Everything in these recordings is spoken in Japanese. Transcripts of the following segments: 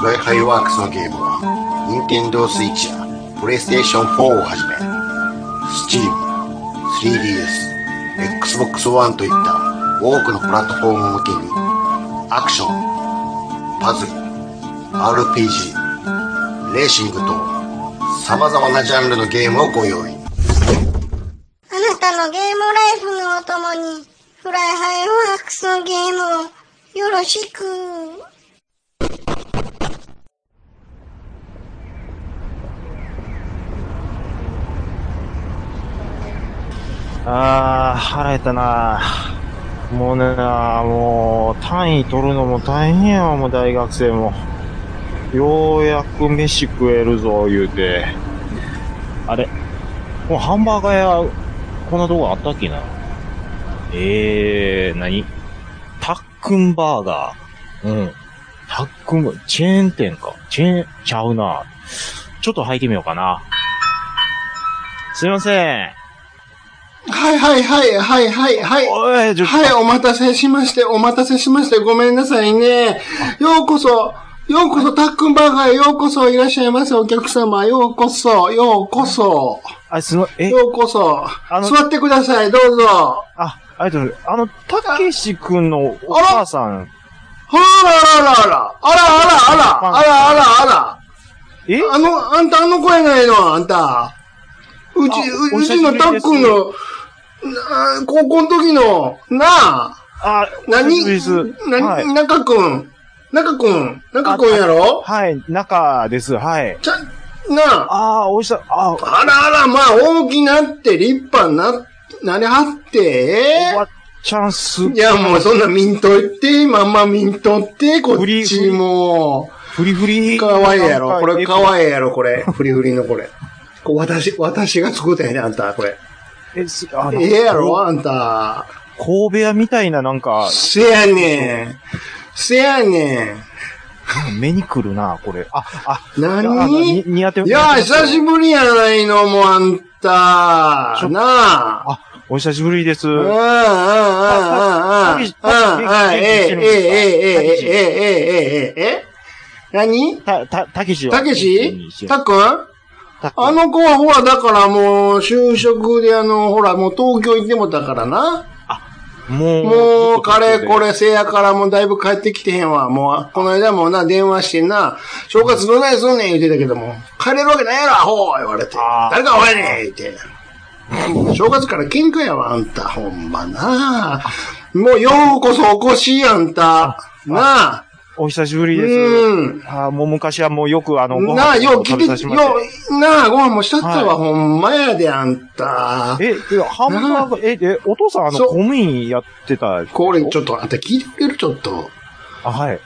ブライハイワークスのゲームは、Nintendo Switch や PlayStation 4をはじめ、Steam、3DS、Xbox One といった多くのプラットフォームを向けに、アクション、パズル、RPG、レーシングと、様々なジャンルのゲームをご用意。あなたのゲームライフのお供に、フライハイワークスのゲームをよろしく。ああ、腹減ったな。もうね、もう、単位取るのも大変やわ、もう大学生も。ようやく飯食えるぞ、言うて。あれもうハンバーガー屋、こんなとこあったっけなええー、何タックンバーガー。うん。タックンバー、チェーン店か。チェーン、ちゃうな。ちょっと入ってみようかな。すいません。はいはいはいはいはいはい。おい、ちょっとはい、お待たせしまして、お待たせしまして、ごめんなさいね。ようこそ、ようこそ、タックンバーガーへようこそいらっしゃいませ、お客様。ようこそ、ようこそ、あ、すま、え、ようこそ。あの座ってください、どうぞ。あ、ありがとうございます。あの、たけしくんのおあら母さん。あらあらあらあら、あらあらあら、あらあらあら。えあの、あんたあの子やないの、あんた。うち、うお久うちしぶのりですタックンの、な高校の時の、なあ。あ、何お久しぶりですは何い。中くん。中くん。中くんやろはい、中です。はい。ちゃ、なあ。あー、おいしそう。あ、おあらあら、まあ、大きなって、立派な、なりはって。ばちゃんす、いや、もうそんな見んといて、まんま見んとって、こっちもフリフリ。う。かわいいやろ、これかいわいいやろ、これ。フリフリのこれ。こう私、私が作ったんやね、あんた、これ。い。え、す、あの、ええやろ、あんた。神戸屋みたいな、なんか、せやねん。せやねん。目にくるな、これ。あ、あ、何あのに似合っていや、久しり。ぶりやないの、もうあんちた。ょなあ。あ、お久しぶりです。うんうんうんうんうんうん。あうんうん。ええたええええたけしえええええええ何た、た、たけしはたけしたっくんたっくんあの子はほら、だからもう、就職であの、ほら、もう東京行ってもったからな。もう、もう、かれこれ、せやからもうだいぶ帰ってきてへんわ。もう、この間もな、電話してな、正月どないすんねん言うてたけども、帰れるわけないやろ、アホ言われてあ。ー誰かおやねん言うて。もう正月から喧嘩やわ、あんた、ほんまな。もう、ようこそお越しや、あんた。なあ。お久しぶりうです。ん。あーもう昔はもうよくあの、ご飯なあ、ようを来食べて、よさせてもらってう、なあ、ご飯もしたったはわ、ほんまやで、あんた。え、てかハンバーガー、え、え、お父さんあの、そう公務員やってた人。これ、ちょっと、あんた聞いてくれる、ちょっと。あ、はい。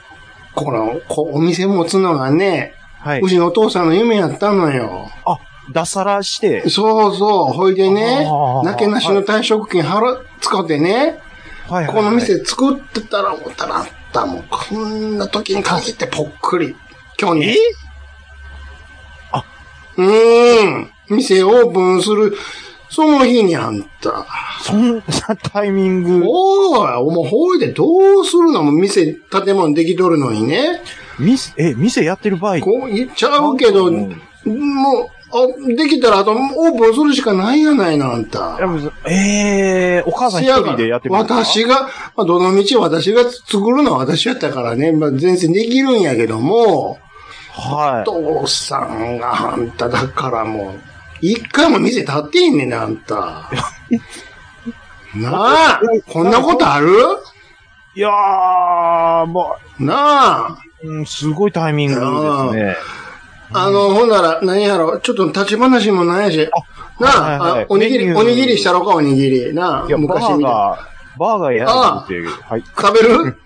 この、こうお店持つのがね、。はいうちのお父さんの夢やったのよ。あ、脱サラして、そうそう。ほいでねあ、ーなけなしの退職金払、使ってね、はいはいはいこの。店作ってたら思ったらあった。もう、こんな時に限ってぽっくり。去年。あうーん。店オープンする、その日にあんた。そんなタイミング、おーい、もうほいでどうするのもう店、建物できとるのにね。み、え、店やってる場合、こう言っちゃうけど、うもんう、あ、できたらあとオープンするしかないやないの、あんた。やっぱえー、お母さんせ一やか人らでやってるんですか私が、まあ、どの道私が作るのは私やったからね、まあ、全然できるんやけども、は父さんがあんただからもう、一回も店立ってへんねんな、あんた。なあ、こんなことあるい。いやー、もなあ。う、うん、すごいタイミングですね。あの、ほんなら、何やろ、ちょっと立ち話もないし、なはいはいあ、はいあおにぎメニり、ューおにぎりしたろか、おにぎり。ないあ、や、バ昔ーみたい。ガー、バーガーやってるっていう。はい。食べる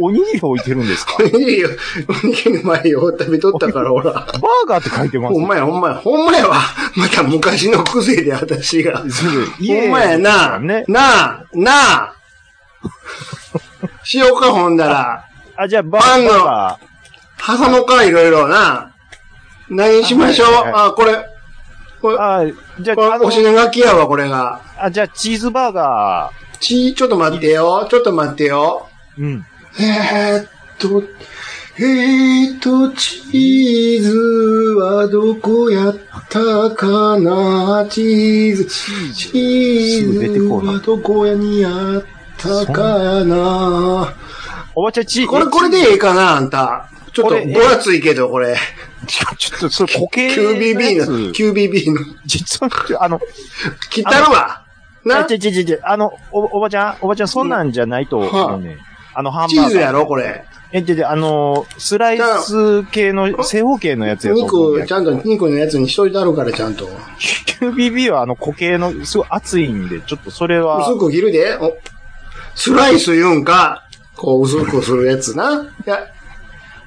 おにぎり置いてるんですかおにぎり、おにぎりの前よ、食べとったから、ほら。 バーガーって書いてますほん。まや、ほんまや、ほんまやわ。また昔の癖で、私が。ほすぐ、んまやな。ね。なあ、なあ。しようか、ほんだら。あ、じゃあ、バパンーのガー。挟もうか、いろいろな。何しましょう。はいはいはあ、これ。これ、あ、じゃこれあ、あのお品書きやわ、これが。あ、じゃあ、チーズバーガー。ち、ちょっと待ってよ。ちょっと待ってよ。うん。えーっと、えーっと、チーズはどこやったかなチーズ、チーすぐ出てズこうなはどこやにあったかなおばちゃんち、これ、これでええかなあんた。ちょこっ、とれ分厚いけど、これ。ちょ、ちょっと、それ、固形のや QBB の、つ。 QBB の。実は、あの、切ったるわなあちょちょちょちょ、あの、お、おばちゃん、おばちゃん、そんなんじゃないと思うね。あの、ハンバーチガー。ーズやろ、これ。え、で、で、あの、スライス系の、正方形のやつやと思う肉、ね。ちゃんと肉のやつにしといてあるから、ちゃんと。 QBB はあの固形の、すごい熱いんで、ちょっとそれは、薄く切るで。おスライス言うんか。こう、薄くするやつな。いや、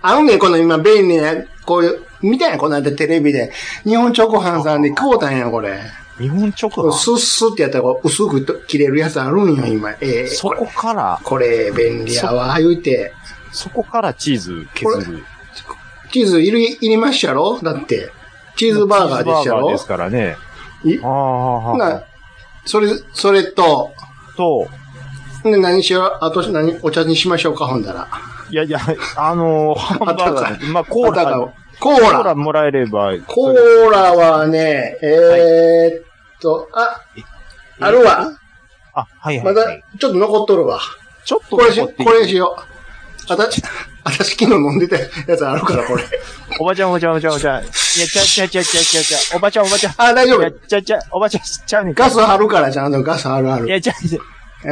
あのね、この今、便利な、こういう、見たやん、この間テレビで。日本直販さんで買うたんや、これ。日本直こう販。スッスってやったら、こう薄くと切れるやつあるんよ、今。ええそこから、これ、便利やわ、言うて。そこからチーズ削る。チーズいる、いりまっしたやろだって。チーズバーガーでしたチーズバーガーろですからね。いああ、ほはな、それ、それと、と、で何しよう、あと何、お茶にしましょうか、ほんだら。いやい や、あのー、ハンバーガー、まあ、コーあラと、コーコーララ。もらえれば、コそれーラはね、えーっと、あ、あるわ。あ、はいはまい、はだい。、ちょっと残っとるわ。ちょっとこれし、残っていこるれしよう。あた、あたし 昨日飲んでたやつあるから、こ れ。おばちゃん、おばちゃん、おばちゃん、おばちゃん。いや、ちゃちゃちゃちゃちゃちゃ。おばちゃん、おばちゃん。あ、大丈いや、夫。ちゃちゃ、おばちゃん、ちゃうねんガスあるから、ちゃんとガスあるあいる。や、ちゃうね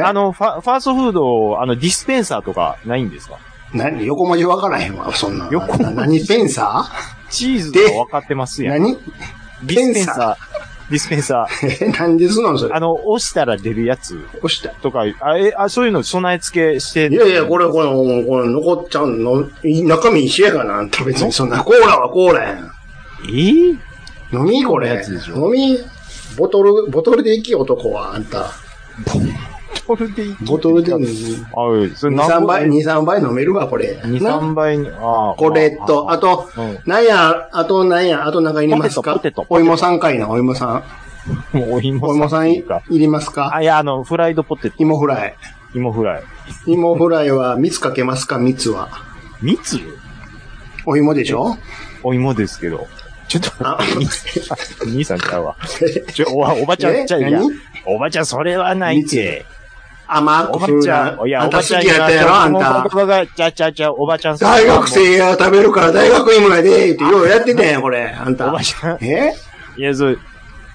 んえあの、ファ、ファーストフード、あの、ディスペンサーとかないんですか何横文字わからへんわ、そんなん。横文字な何ペンサチーズとか分かってますーやん。何 ディスペンサー。ディスペンサえ、何ですのそー。れあ。の、押したら出るやつ押した。とか、あ、え、あ、そういうの備え付けして。いやいや、これ、これ、これ、これ残っちゃうの、い中身一緒やからな、あんた別にそんな、コーラはコーラやん。えー飲みこれ。やつでしょ飲み、ボトル、ボトルで行き男は、あんた。ボトルでいいボトルで、2、あ、それ何3個倍、2、3倍飲めるわ、これ。二な三倍に、ああ。これと、あと、とうん、なんや、あとなんや、あとなんかいりますかポテトポテトポテトお芋さんかいな、お芋さん。もうお芋お芋さんいか。いりますかあ、いや、あの、フライドポテト、芋フライ。芋フライ。芋フライは蜜かけますか蜜は。蜜お芋でしょお芋ですけど。ちょっと、 あ兄さんあ兄さんちゃうわ。ちょ、おばおばちゃんえちゃういや何。おばちゃん、それはないって。甘おくばするちゃな。ん、いや、あおんたば好ちゃんきやったやろ、あんた。おばが、ちゃちゃちゃ、おばちゃん。大学。生が食べるから大学芋やで、ってようやってたんや、これ、あんた。おばちゃんえいや、そう、フ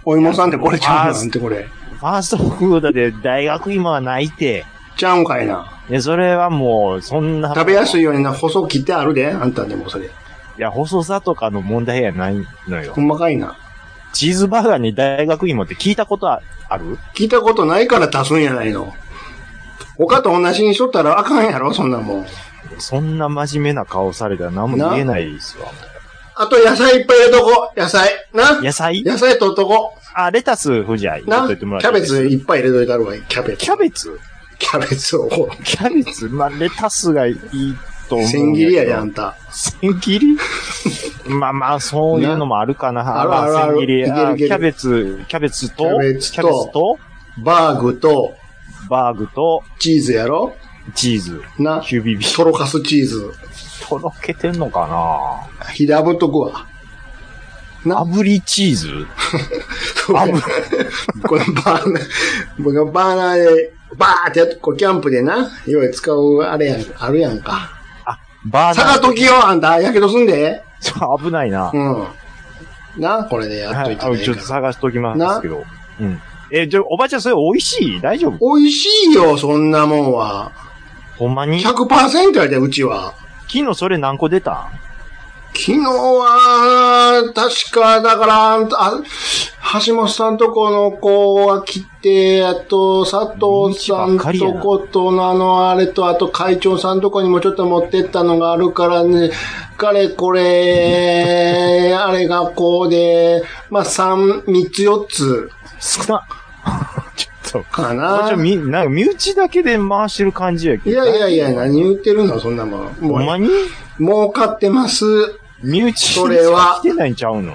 お芋さんってこれちゃうあのーなんてこれ。ァーストフードで大学芋はないって。ちゃうんかいな。いや、それはもう、そんな。食べやすい。いようにな、細切ってあるで、あんたでもそいれ。や、細さとかの問題やないのよほ。んまかいな。チーズバーガーに大学芋って聞いたことあある聞いたことないから足すんやないの。他と同じにしとったらあかんやろ、そんなもん。そんな真面目な顔されたら何も言えないですわ。あと野菜いっぱい入れとこ、野菜。な野菜野菜取っとこ。あ、レタス、ふじゃい。ちょっなキと言ってもらっていャいベですツいっぱい入れといたるわ、キャベツ。キャベツキャベツを。キャベツまあ、レタスがいいと思う。千切りやで、あんんた。だけど。千切りまあまあ、そういうのもあるかな。あるあるまある千切り。いけるあいけるキャベツ、キャベツと、キャベツとキャベツとバーグとバーグと、チーズやろチーズ、な。キュービビ。とろかすチーズ。とろけてんのかな火で炙っとくわ。な炙りチーズそうやこのバーナー、僕のバーナーで、バーってやって、こうキャンプでな、よう使うあれやん、あるやんか。あ、バーナさがー。ときよ、あんた、やけどすんで。ちょ危ないな。うん。な、これでやっといたらはいい、いちかょっと探しときますけど。うん。え、じゃあおばちゃん、それ美味しい大丈夫ら。美味しいよ、そんなもんは。ほんまに昨100%やで、うちは。日それ何個出た昨日は、確か、だから、あんたあ橋本さんとこの子が来て、あと、佐藤さんとことのあの、あれと、あと会長さんとこにもちょっと持ってったのがあるからね、かれこれ、あれがこうで、まあ、三、三つ四つ少な。 ちょっと。かもなちろ。ん、み、なんか、身内だけで回してる感じやいけど。やいやいや、何言ってるの、そんなもん。ほんもまう、に儲かってます。身内それは来てないんちゃうの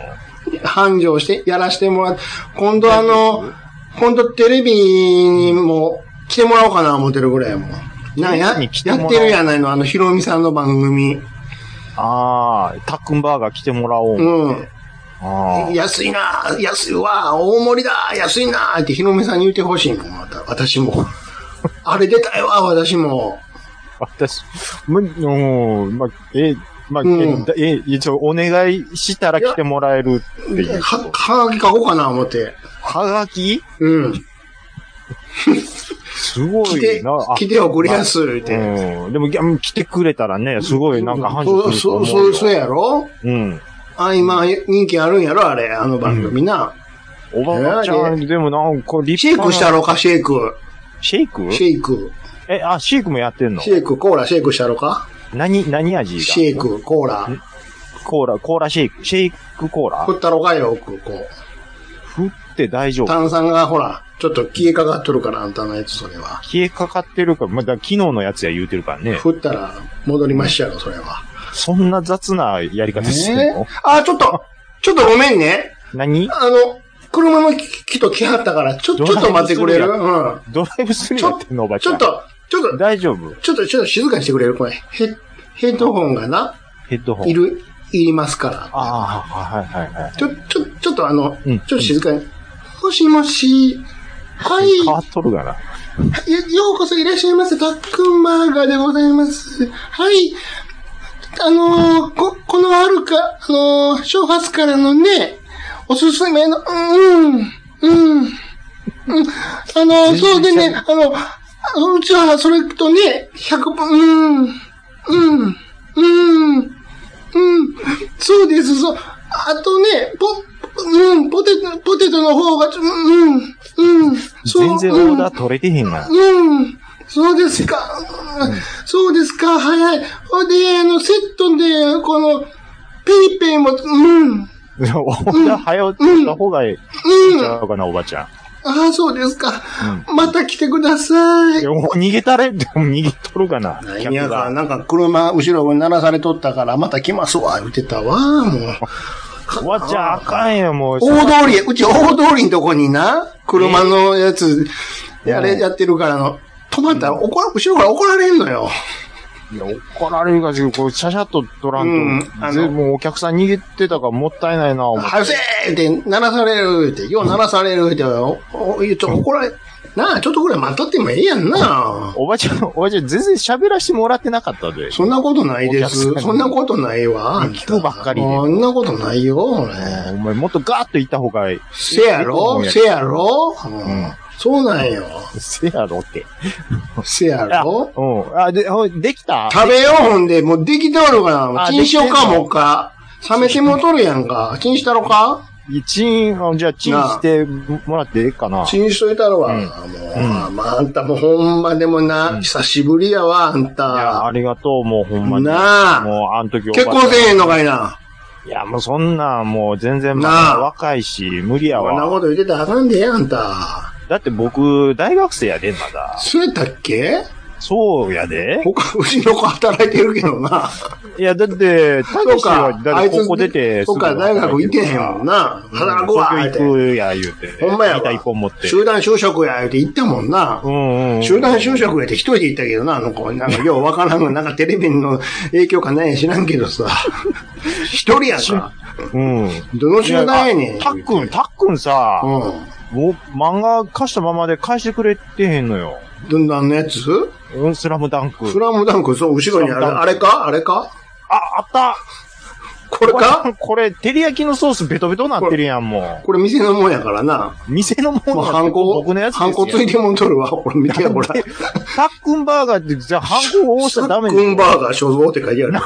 繁盛して、やらしてもらって、今度あの、今度テレビにも、来てもらおうかな思ってるぐらいやもん。なんかやに来てもらやおっうてるやないの、あの、ヒロミさんの番組。ああ、タックンバーガー来てもらおう。うん。あ安いなあ安いわあ大盛りだ安いなあってヒロミさんに言ってほしいもん、また。私も。あれ出たよ、私も。あ、私、む、うん、ま、え、ま、うんえ、え、一応お願いしたら来てもらえるっていう。は、はがき書こうかな思って。はがきうん。すご来いてな。あ、来て送りやすいって。うん。でも、いや来てくれたらね、すごいなんか繁そ盛う、するとそ思う、うよ。そう、そうやろうん。あ、今、人気あるんやろあれ、あの番組な。おばあちゃん、でもなんか立シェイ派なクしたろか、シェイク。シェイクシェイク。え、あ、シェイクもやってんのシェイク、コーラ、シェイクしたろか何、何味がシェイ。ク、コーラ。コーラ、コーラシェイク。シェイクコーラ振ったろかよ、奥、こう。振って大丈夫。炭酸が、ほら、ちょっと消えかかっとるから、あんたのやつ、それは。消えかかってるから、まあだから昨日のやつや言うてるからね。振ったら、戻りましたよ、それは。そんな雑なやり方してるの、えあ、ちょっと、ちょっとごめんね。何あの、車の木と来はったから、ちょ、ちょっと待ってくれるドうん。ドライブスルちーやょ、っちてんのおょばっと、ちちゃょん。っと、大丈夫ちょっと、ちょっと静かにしてくれるこれ。ヘッ、ヘッドホンがな、ヘッドホン。いる、いりますから。ああ、はいはいはい。ちょ、ちょ、ちょっとあの、うんちょっと静かに。もしもし。はい。変わっとるかな。よ、ようこそいらっしゃいませ。たっくんバーガーでございます。はい。あのー、こ、このあるか、あのー、正月からのね、おすすめの、うん、うん、うん。あのー、そうでね、あの、あうちはそれとね、100分、うん、うん、うん、うん、そうです、そう。あとね、ポ、うん、ポテト、ポテトの方が、うん、うん、そう全然オーダー取れてへんがな。うん。そうですか。うんそうですか。早い。ほいで、あの、セットで、この、ペイペイも、うん。オーダー早う取った方がいい。ちゃうかな、おばちゃん。ああ、そうですか。また来てくださいや。もう逃げたれ、でも逃げとるかな。何客やがか、なんか車、後ろに鳴らされとったから、また来ますわ、言ってたわ、もう。おばちゃん、あかんや、もう。大通り、うち大通りのとこにな、車のやつ、えあれやってるからあの、止まったら怒ら、後ろから怒られんのよ。いや、怒られるかしら、こう、シャシャっと取らんとうん、あのぜもうお客さん逃げてたからもったいないな、思ってはよせーって、鳴らされるって、よう鳴らされるって、お、お、ちょ、怒られ、なあ、ちょっとぐらい待っとってもええやんなおばちゃん、おばちゃん、全然喋らしてもらってなかったで。そんなことないでおす。客さんそんなことないわ。あんた聞くばっかりでそんなことないよ、俺。お前、もっとガーッと行った方がいい。せやろせやろんそうなんよ。せやろって。せやあろうん。あ、で、ほんできた食べよう、ほんで、もうできておるから、あチンしようできか、てんのもうか。冷めてもうとるやんか。チンしたろかいやチン、あじゃあ、チンしてもらっていいかな。チンしといたろわ。もう、まあ、あんたもほんまでもな、久しぶりやわ、あんた。いや、ありがとう、もうほんまに。なあもう、あの時おばち結ゃん婚せえへんのかいな。いや、もうそんなん、もう全然、まなだあ若いし、無理やこんなわ。こと言ってたらあかんでええやんあんた。だって僕、大学生やで、まだ。そうやったっけそうやで。他、うちの子働いてるけどな。いや、だって、たそけうしはか、、だあっていつ、ここ出て、そうか、すぐ大学行ってへんもんな。働くわ、東京言うて行くや、言うて。ほんまやギターわ一本持って。集団就職や、言うて行ったもんな。うんうん。集団就職やって一人で行ったけどな、あの 子。なんか、ようわからんの、なんかテレビの影響かなんや知らんけ どさ。一人やんか。うん。どの集団やねん。たっくん、たっくんさ、うん。もう漫画貸したままで返してくれてへんのよ。どんなんのやつスうん、スラムダンク。ラムダンク、そう、後ろにあスれ、ラムダンクあれかあれかあ、あったこれかこれ、照り焼きのソースベトベトなってるやん、もこれ店のもんやからな。う。店のもんもうやハンコ、僕のやつですハンコついててもんとるわ。これ見てよ、ほら。タックンバーガーって、じゃあ、ハンコを押したらダメスタックでンバーガー所蔵って書いてあるよ。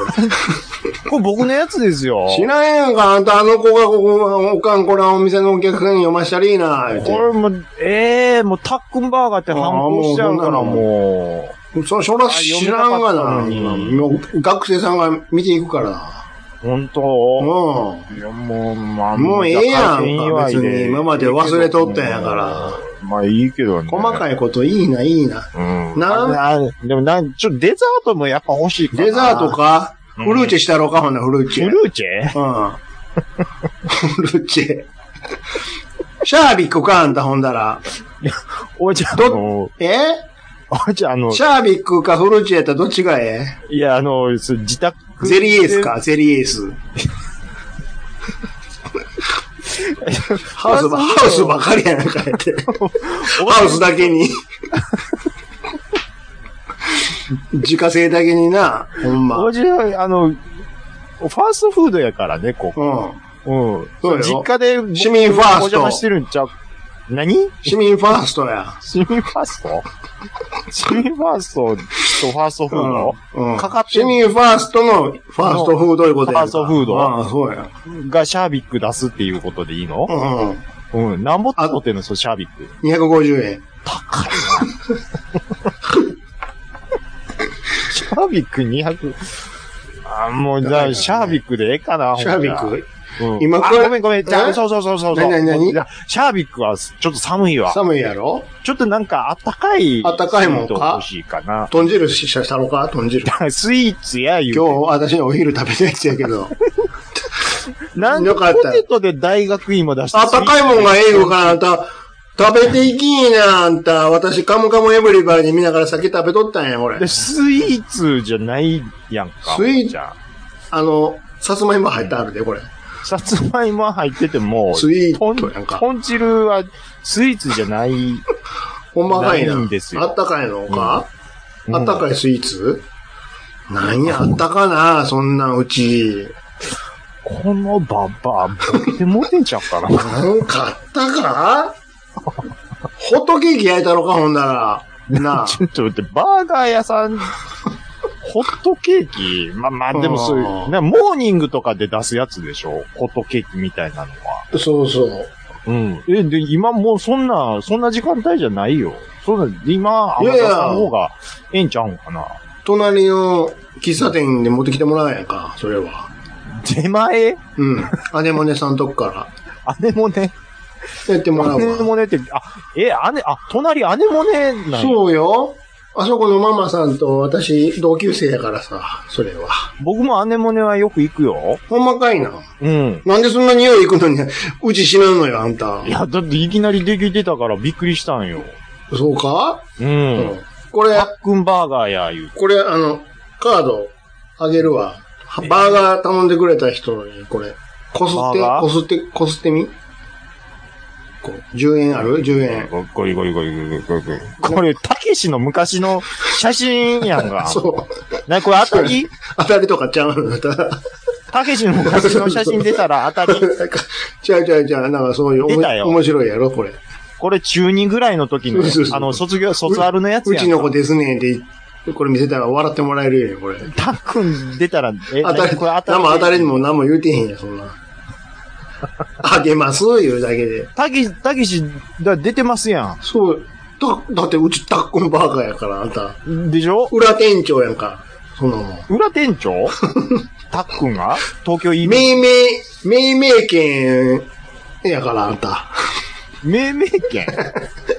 すこれ僕のやつですよ。知らんやんか、あんたあの子がここ、おかんこらお店のお客さんに読ましたらいいな、言うこれもう、ええもうタックンバーガーって反抗しちゃうからあーもうもて。そ、そら知らんがあな。読めなかったのにもう学生さんが見ていくから。う、本当うん。いや、もう、まあ、もうええやんか、別に今まで忘れとったんやか。じゃあら。会社祝いでまあいいけどね。細かい。いこといいな、いいな。うん。なあれでもなん、ちょっとデザートもやっぱ欲しいかなデザート。かフうんルーチェしたろか、ほんならフルーチフェ。ルーチェうん。フルーチェ。シャービックか、あんたほんだら。おいちゃん、どもうえあ、じゃあ、あの、シャービックかフルーチェやったらどっちがえいや、あの、そ自宅。えゼリーエース。か、ゼリーエース。ハウスば、ハウスばかりやなか やって。ハウスだけに。自家製だけにな、ほんま。うおん。じは、あの、ファーストフードやからね、ここ。うん。そうよ実家で、市民ファーストお邪魔してるんちゃう。何市民ファーストや。市民ファース ト市民ファーストとファーストフード、うん。かかって市る民ファーストのファーストフードいうことやファんかーストフードああ、そうや。がシャービック出すっていうことでいいのうん。うん。なんぼって持ってんのそのシャービック。 250円。シャービック200。あー、もう、じゃあ、シャービックでええかな、シャービック。ほんなら。うん、今今これごめんごめん。じゃえあ、そうそうそうそうそう。何何何シャービックは、ちょっと寒いわ。寒いやろちょっとなんか、あったかい。あったかいもんかスイーツ欲しいかな。 豚汁したしたろか豚汁。スイーツや、言今日う私のお昼食べたやつやけど。て。なんでよかったポテトで大学芋出して。あったかいもんがええよから、あんた。食べていきんや、あんた。私、カムカムエブリバーに見ながら酒食べとったんや、俺で。スイーツじゃないやんか。スイおばーツちゃんあの、さつまいも入ってあるで、これ。さつまいも入ってても、スイー豚トやんか豚汁はスイーツじゃない。ほんまかいな。ないんですよあったかいのか、うんあったかいスイーツなんや、あったかな、そんなんうち。このババア、ボケてモテんちゃうかな。なんかあったかホットケーキ焼いたろか、ほんなら。な あ。ちょっと待って、バーガー屋さ ん、ホットケーキまあまあ、でもそうあいーう、なモーニングとかで出すやつでしょホットケーキみたいなのは。そうそう。うん。え、で、今もうそんな、そんな時間帯じゃないよ。そんな、今、い天やいや田さんの方が、ええんちゃうんかな。隣の喫茶店で持ってきてもらうやんか、それは。出前 うん。姉もねさんとこから。姉もね。やってもらう姉わ。もねって、あ、え、姉、あ、隣姉もねなんやそうよ。あそこのママさんと私、同級生やからさ、それは。僕も姉もねはよく行くよ。ほんまかいな。うん。なんでそんな匂い行くのに、うち死ぬのよ、あんたい。や、だっていきなりできてたからびっくりしたんよ。そうかう。。うんこパ、れックンバーガーや、言うて。これ、あの、カード、あげるわ。はバーガー頼んでくれた人に、これ。こすって、バーガーこすって、こすってみ。こう、10円ある ?10 円。ゴリゴリゴリゴリゴリゴリ。これ、たけしの昔の写真やんか。 そう。な、これ当たり当たりとかちゃうのただ。たけしの昔の写真出たら当たり。なんか、ちゃうちゃうちゃう、なんかそういうおも出たよ面白いやろ、これ。これ中2ぐらいの時のそうそうそう、あの、卒業、卒アルのやつうやちんのか。子ですねんって、これ見せたら笑ってもらえるよ、これ。たっくん出たら、え、当たり、これ何も当たり。当たりにも何も言うてへんや、そんな。あげます、言うだけで。たけし、たけし、だ出てますやそう。だ、だってうちタッコンバーガーやから、あんた。ん。でしょ裏店長やんか。そんなもん。裏店 長たっくんが東京イー命名、命名権やから、あんた。命名権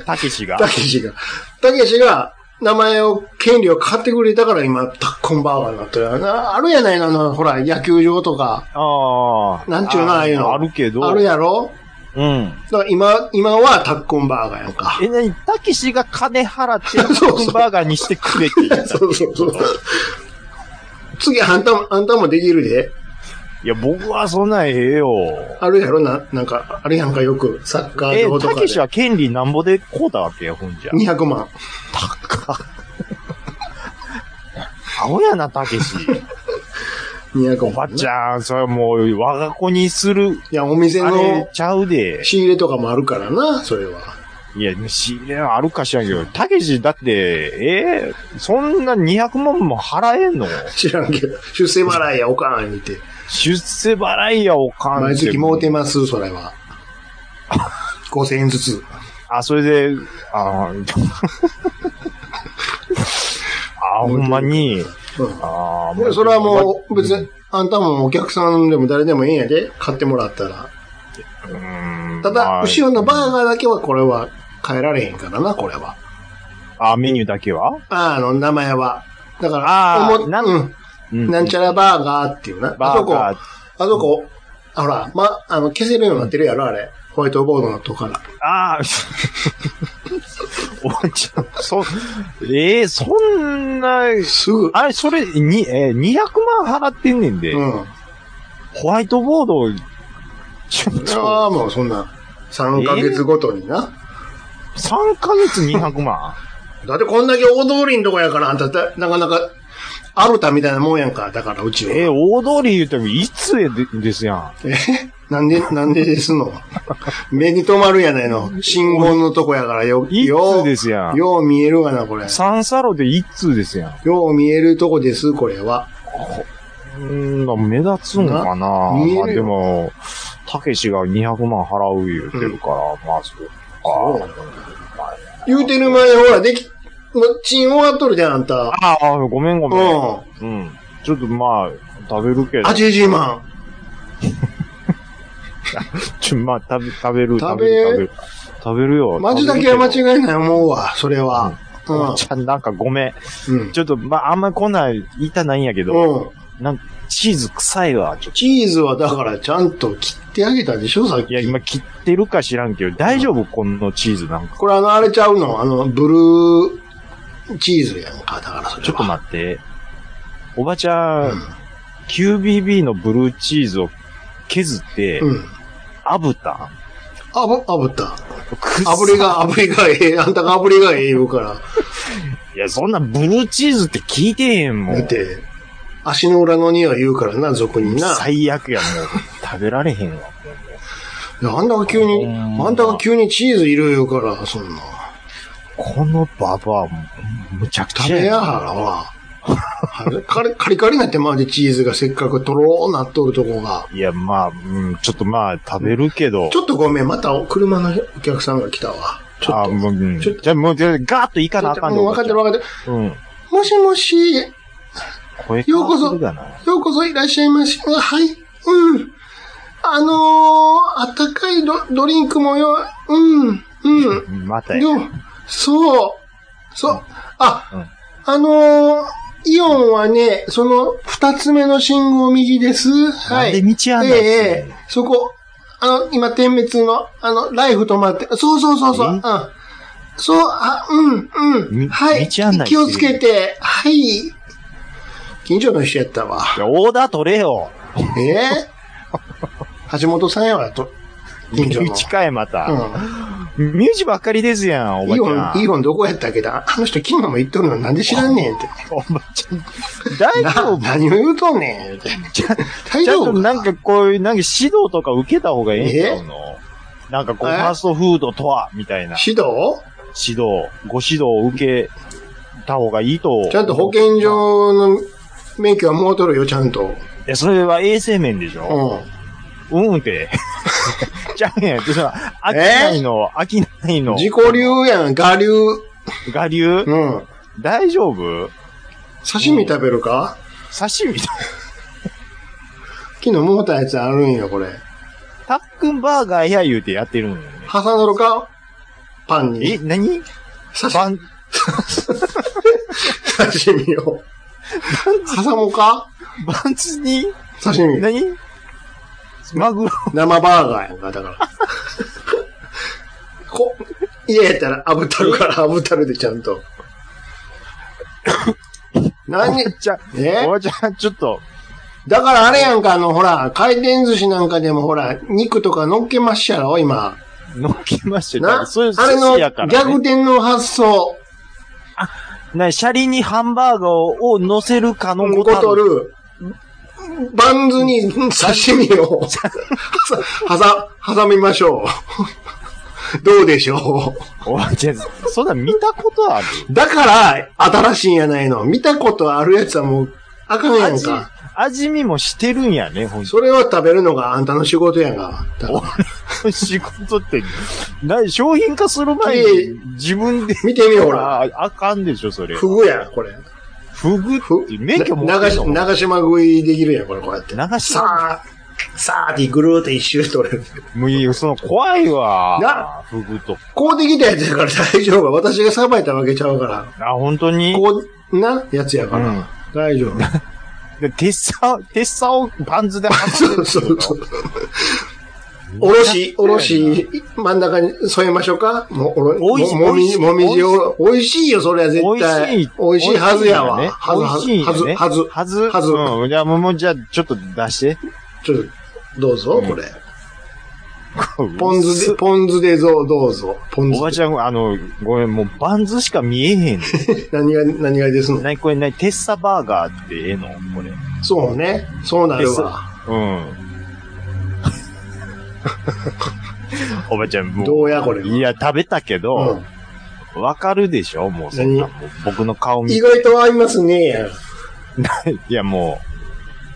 たけしがた。けしが。たけしが、名前を、権利を買ってくれたから今、タッコンバーガーになってるやんな。あるやないな、あのほら、野球場とか。ああ。なんちゅうな、ああいうの。あるけど。あるやろうん。だから今、今はタッコンバーガーやんか。え、なに、たけしが金払って、うそうハンバーガーにしてくれって言 った。そうそうそう。次、あんたも、あんたもできるで。いや、僕はそんなんええよ。あるやろな、なんか、あれやんかよく、サッカーえ場、とたかけで。しは権利なんぼでこうたわけよ、ほんじゃ。 200万。青やな、たけし。200おば万。ちゃん、それはもう、我が子にする、いや、お店あれのちゃうで。仕入れとかもあるからな、それは。いや、仕入れはあるかしらんけど、たけし、だって、えーそんな200万も払えんの知らんけど。出世払いや、おかん、言って。出世払いや、おかんって。毎月もうてます、そ れは。5000円ずつ。あ、それで、あ ーあー、ほんまに。うああ、ん。それはもう、別に、あんたもお客さんでも誰でもいいんやで、買ってもらったら。うーんたまだ、あ後ろのバーガーだけは、これは、変えられへんからな、これは。あ、メニューだけはあの、名前は。だから、あーおもなんうんうんなんちゃらバーガーっていうな。あバそーこ、ガあー。そこ、ほら、ま、あの、消せるようになってるやろ、あれ。ホワイトボードのとこから。ああ、 おいちゃん、そ、えー、そんな、すぐ。あれ、それ、に、えー、200万払ってんねんで、うん。ホワイトボードを、ちょっと、ああ、もうそんな、3ヶ月ごとにな。 3ヶ月200万だってこんだけ大通りんとこやから、あんた、だなかなか、アルタみたいなもんやんか。だから、うちは。えー、大通り言うても、いつえでですやん。えなんで、なんでですの 目に留まるやないの。信号のとこやからよ、いよつですやう、ん。よう見えるわな、これ。三サロで一通ですやん。よう見えるとこです、これは。うーん、目立つんかな見えるよまあでも、たけしが200万払う言うてるから、まあそう。そう言うてる前に、ほら、でき、ま、チン終わっとるじゃん、あんた。ああ、ごめんごうめん。ん。うん。ちょっとまあ、食べるけど。 80万。ちょ、 まあ、食べ、食べる、食食べべる、食べるよ。マジだけは間い違いない思うわ、それは。うおんっ。ちゃん、なんかごめん。うん。ちょっと、まあ、あんまこんなん言いたないんやけど、うん。なんか、チーズ臭いわ、ちょっと。チーズはだからちゃんと切ってあげたでしょ、さっいき。や、今切ってるか知らんけど、大丈夫このチーズなんか。これあの、あれちゃうのあの、ブルーチーズやんか。だからそれは。ちょっと待って。おばちゃん、QBB のブルーチーズを削って、うん。炙った。あぶ、あぶった。くっさ炙り。が、炙りがええ。あんたが炙りがええ言うから。いや、そんなブルーチーズって聞いてへんもだっん。て、足の裏の匂い言うからな、俗にな。最悪や、もう。食べられへんわ。いやあんたが急に、ほんまあんたが急にチーズいる言うから、そんな。このババア、むちゃくちゃ食べやなはらは。カリカリカリになってまうでチーズがせっかくとろーなっとるとこが。いや、まあ、うん、ちょっとまあ、食べるけど。ちょっとごめん、また車のお客さんが来たわ。ちょっあ、と。もう、うんちょっじゃあもう、じゃあガーッといかなあかんうのん分かってる分かってる。うん。もしもし、よ声かかってるがな。うこそいらっしゃいまし。あはい、うん。あのー、あったかいドドリンクもよ、うん、うん。またやよ、そう、そう、あ、あのー、イオンはね、その二つ目の信号右です。はなんい。で道案内ええすえんのえそこ、あの、今点滅の、あの、ライフ止まって、そうそうそうそう、えうん。そう、あ、うん、うみん。はい。道案内してる気をつけて、はい。近所の人やったわ。いやオーダー取れよ。ええ 橋本さんやわ、と。近所の。近いまた。うん。ミュージばっかりですやん、おばイちオゃん。ン、イオンどこやったっけだあの人昨日も言っとるのなんで知らんねんって。おば ちゃん。大丈な、夫何を言うとんねんって。ちゃ大ちゃ丈んと夫なんかこういう、なんか指導とか受けた方がいいんちゃうのなんかこう、フえァーストフードとは、みたいな指導指導、ご指導を受けた方がいいと。ちゃんと保健。所の免許はもうとるよ、ちゃんと。いや、それは衛生面でしうょん。うん、うんって。 じゃあね、それは、飽きないの、飽きないの。自己流やん、我流。我流うん。大丈夫刺身食べるか、刺身昨日もうたやつあるんよ、これ。たっくんバーガーや言うてやってるんよね。挟んどるかパンえ、に。何刺バン、刺身を。挟もうかバンツに刺身。何マグロ生バーガーやんか、だ から。こ、家やったら炙ったるから炙ったるでちゃんと。何じゃ、えおばちゃん、ちょっと、だからあれやんか、あの、ほら、回転寿司なんかでもほら、肉とか乗っけまっしゃろ、今。乗っけましてな、た。そういうあれ寿の司やから、ね。逆転の発想、な、シャリにハンバーガーを乗せるかのごごたとる。る、バンズに刺身 を、はさ、挟みましょう。どうでしょう。おばちゃん、そんなん見たことあるだから、新しいんやないの。見たことあるやつはもう、あかんやん味か。、味見もしてるんやね、ほんと。それを食べるのがあんたの仕事やんか。だから仕事って、な、商品化する前いえいえに、自分で。見てみようほら。ああかんでしょ、それ。フグやん、これ。ふぐふって、免許持って長んしの長島食いできるやん、これ、こうやって。長島さあ、さあってぐるーって一周取れる。もういいよ、その、怖いわ。なふぐと。こうできたやつやから大丈夫や。私がさばいたわけちゃうから。あ、本当にこう、な、やつやから。うん大丈夫。で、鉄砂、鉄砂をパンツで挟んで そるうそうそう。おろし、おろし、真ん中に添えましょうかもう、おろ、も美味しいもみじ、もみ美味じしいおろ、美味しいよ、それは 絶対。美味しい。美味しいはずやわ。美はず、は味しず、いはずよ、ね。はず。はず。はずうん。じゃあ、もうもう、じゃあ、ちょっと出して。ちょっと、どうぞ、これ。ポン酢すで、ポン酢でぞ、どうぞ。ポン おば酢。ちゃん、あの、ごめん、もうバンズしか見えへん。 何が、何がですのなにこれ、なにテッサバーガーってええのこれ。そうね。そうなるわ。 うん。おばちゃん、もう。どうやこれはいや、食べたけうどん、わ、かるでしょもうそんな、もう何僕の顔見意て。外と合いますねや。いや、もう、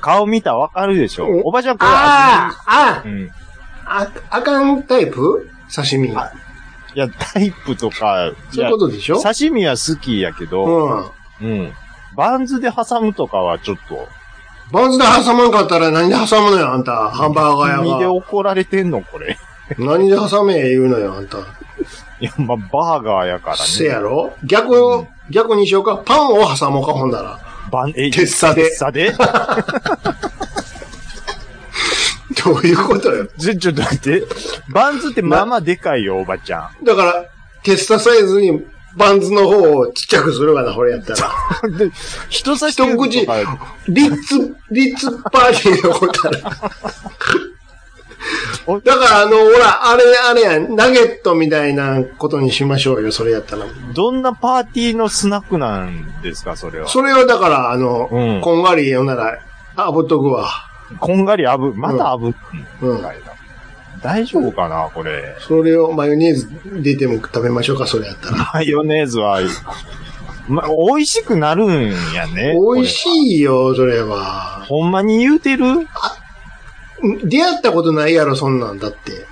顔見たらわかるでしょうんおばちゃん、これあ味あ見、うん。あああかんタイプ刺身。あいや、タイプとか、いそういやうこ、とでしょ刺身は好きやけど、ううん。ん。バンズで挟むとかはちょっと、バンズで挟まんかったら何で挟むのよ、あんた。ハンバーガー君で屋が。怒られてんのこれ。何で挟め言うのよ、あんた。いや、まあ、バーガーやからね。せやろ逆、逆にしようか。パンを挟もうか、ほんなら。バン、え、鉄砂で鉄砂で どういうことよ。ちょ、ちょ、だって、バンズってまあまあでかいよ、おばちゃだから、テスタサイズにバンズの方をちっちゃくするわな、これやったら。ん。で、人差し一指口とか、リッツ、リッツパーティーのことだ。だから、あの、ほら、あれ、あれやん、ナゲットみたいなことにしましょうよ、それやったら。どんなパーティーのスナックなんですか、それは。それはだから、あの、うんこんがりよなら、炙っとくわ。こんがり炙、また炙ってうんみ。たいな。大丈夫かな、これ。それをマヨネーズ出ても食べましょうか、それやったら。マヨネーズは、ま、美味しくなるんやね。美味しこいよ、それれは。ほんまに言うてるん出会ったことないやろ、そんなんだって。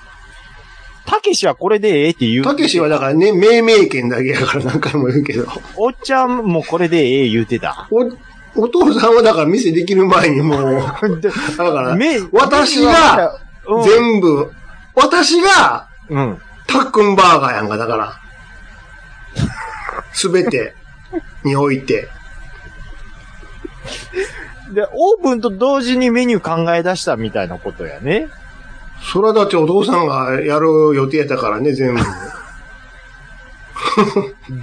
たけしはこれでええって言う。たけしはだからね、命名権だけやから何回も言うけど。おっちゃんもこれでええ言うてた。お、お父さんはだから店できる前にもう、だでから、め私が、うん全部、私が、うん。たっくんバーガーやんか、だから。すべてにおいて。で、オープンと同時にメニュー考え出したみたいなことやね。それはだってお父さんがやる予定やったからね、全部。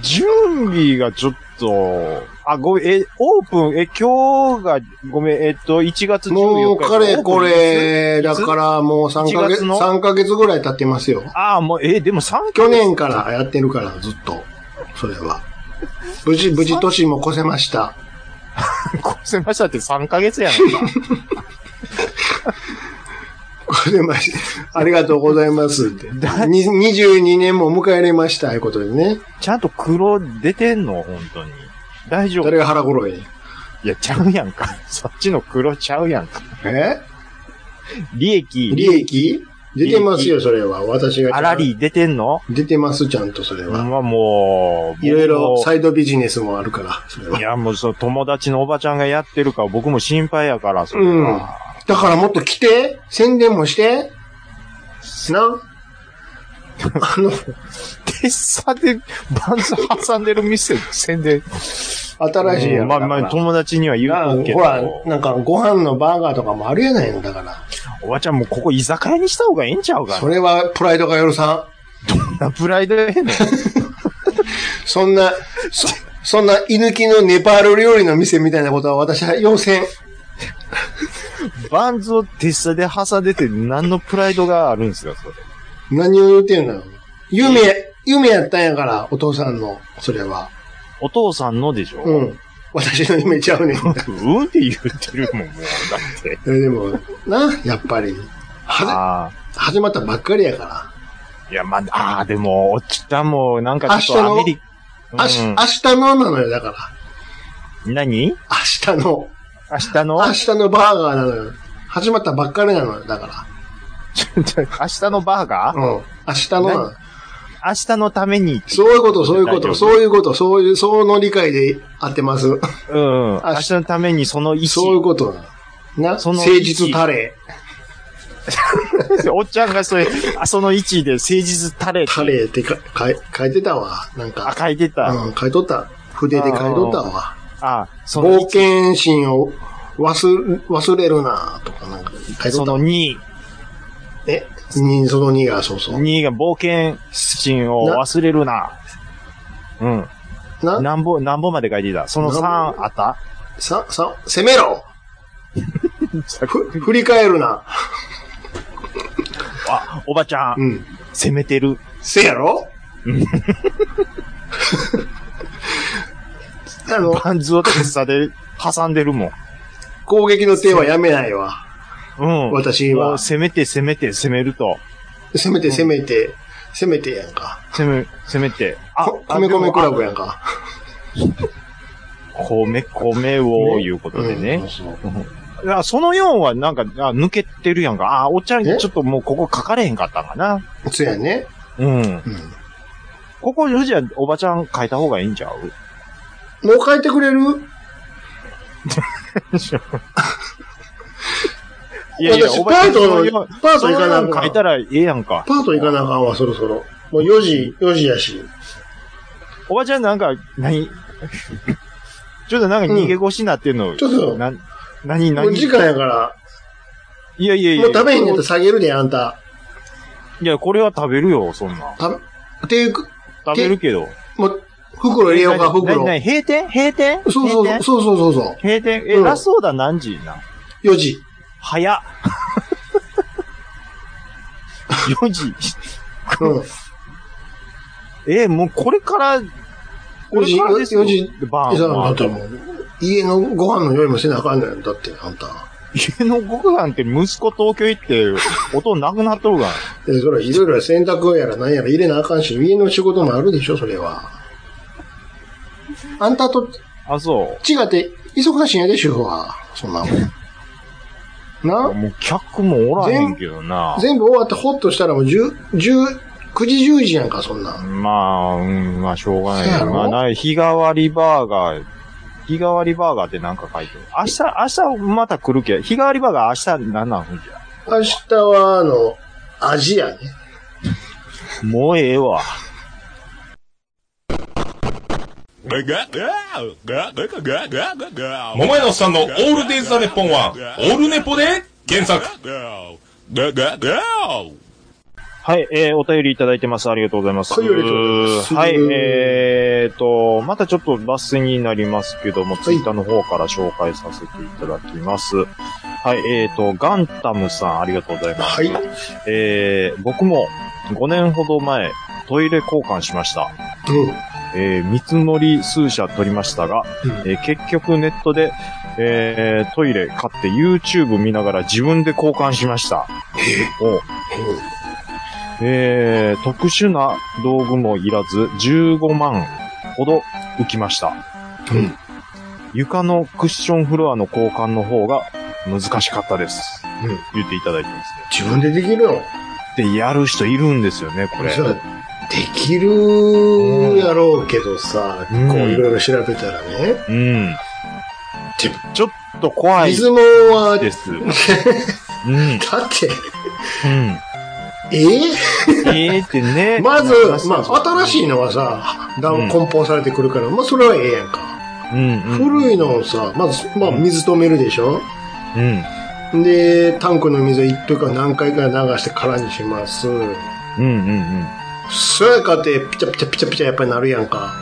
準備がちょっと、あ、ごめん、え、オープン、え、今日が、ごめん、えっと、1月14日。もう、かれこれ、オーだプンいつからもう3ヶ1月、月の3ヶ月ぐらい経ってますよ。ああ、もう、え、でも3去年からやってるから、ずっと。それは。無事、無事年も越せました。越せましたって3ヶ月や んか。越せました。ありがとうございますって。に22年も迎えれました、いうことでね。ちゃんと黒出てんの本当に。大丈夫誰が腹黒いいや、ちゃうやんか。そっちの黒ちゃうやんか。え利益、利益出てますよ、それは。私が。あらり出てんの出てます、ちゃんと、それは。まあもう、いろいろ僕も。サイドビジネスもあるから、それはいや、もうその友達のおばちゃんがやってるから僕も心配やから、それはうんだからもっと来て、宣伝もして、な。あの、 テッサでバンズ挟んでる店宣伝。新しいやんまあまあ、友達には言なうほけど。ら、なんかご飯のバーガーとかもあるやないの、だから。おばちゃんもうここ居酒屋にした方がいいんちゃうかそれはプライドが許さ な。プライドやねん。ん。そんな、そ、そんな居抜きのネパール料理の店みたいなことは私は要せん。バンズをテッサで挟んでて何のプライドがあるんですか、それ。何を言うてんの夢、夢やったんやから、お父さんの、それは。お父さんのでしょうん。私の夢ちゃう ねん。うんって言ってるもん、もう。だって。えでも、な、やっぱり。は あじ、始まったばっかりやから。あ。いや、まあ、ああ、でも、おっちゃんも、なんかちょっ明日のとアメリカ、明日、うん明日のなのよ、だから。何明日の、明日の明日のバーガーなのよ。始まったばっかりなのよ、だか明日のバーガーら。うん。明日のなの何明日のために。そういうこと、そういうこ大丈と、夫そういうこと、そういう、その理解で合ってます。うん。明日のためにその意そういう思。ことなの。な、その誠実たれ、おっちゃんがそれ、あその位置で誠実たれ。たれってかかい書いてたわ。なんあ、か、書いてた。うん、書いとった。筆で書いとったわ。あ、その冒位置険心を忘れ忘れるなとかなんか書いとそったのわ。 2。えに、その2が、そうそう。 2が冒険心を忘れるな。うん。な、なんぼ、なんぼまで書いてた。その3なんあったさ、さ、攻め ろふ振り返るな。あ、おばちゃん、うん。攻めてる。せやろあの、パンズを鉄さで挟んでるもん。攻撃の手はやめないわ。うん。私はもう攻めて攻めて攻めると。攻めて攻めて、攻めてやんか。攻め、攻めて。あこ、米米クラブやんん。か。米、米を、いうことでうんね。そうそういやその4はなんか、あ抜けてるやんか。あ、おっちゃん、ちえょっともうここ書かれへんかったかな。そうやね。うん。うん。ここ、じゃあおばちゃん書いた方がいいんちゃうもう書いてくれるいやいや、私おばちゃん、パートその4パート行かなあそかんの4書いたらええやんか。パート行かなあかんわ、そろそろ。もう4時、4時やし。おばちゃんなんか、何 ちょっとなんか逃げ腰になってんの。ちょっとな、何、もう何時間やから、いやいやいや。もう食べへんやったら下げるで、あんた。いや、これは食べるよ、そんな。た、ていうか、食べるけど。もう、袋入れようか、な袋な。な閉店閉店そうそうそう、閉店そうそうそうそ閉店え、うんラスオーダー何時なう。4時。早 っ。4時。うん。え、もうこれから、こ4れ時、からですよ。 4時、バーンじゃはあ、だってもう、家のご飯の用意もせなあかんのやん。だって、あんた。家のご飯って息子東京行って、音なくなっとるが。え、それいろいろ洗濯やら何やら入れなあかんし、家の仕事もあるでしょ、それは。あんたとあ、そ違って、忙しいんやで、主婦は。そんなもう。ん。なもう客もおらへんけどな。全部終わってほっとしたらもう10、10、9時10時やんか、そんなん。まあ、うん、まあ、しょうがそうなやい。ろまあ、ない、日替わりバーガー、日替わりバーガーってなんか書いてる。明日、明日また来るけど、日替わりバーガー明日何なんほんじゃ。明日は、あの、アジアね。もうええわ。桃屋のおっさんのオールデイズ・ザ・ネッポンは、オールネポで検索。はい、えー、お便りいただいてます。ありがとうございます。はいありがとうございますはい、えーと、またちょっと抜粋になりますけども、ツイッターの方から紹介させていただきます。はい、えーと、ガンタムさん、ありがとうございます。はい。えー、僕も5年ほど前、トイレ交換しました。えー見積もり数社取りましたが、うんえー結局ネットで、えートイレ買って YouTube 見ながら自分で交換しました。おうえー特殊な道具もいらず15万ほど浮きました。うん床のクッションフロアの交換の方が難しかったです。うん言っていただいてます自分でできるのね。で、やる人いるんですよね、これ。そら、できるやろうけどさ、うんこういろいろ調べたらね。うんちょ。ちょっと怖いリズムは、だ です。うん。って、うん。えええってね。えまずなんか、そうまあ、新しいのはさ、だうん梱包されてくるから、まあ、それはええやんか。うん、うん。古いのをさ、まず、まあ、水止めるでしょうん。で、タンクの水を一とか何回か流して空にします。うん、うん、そやかて、ピチャピチャピチャピチャやっぱりなるやんか。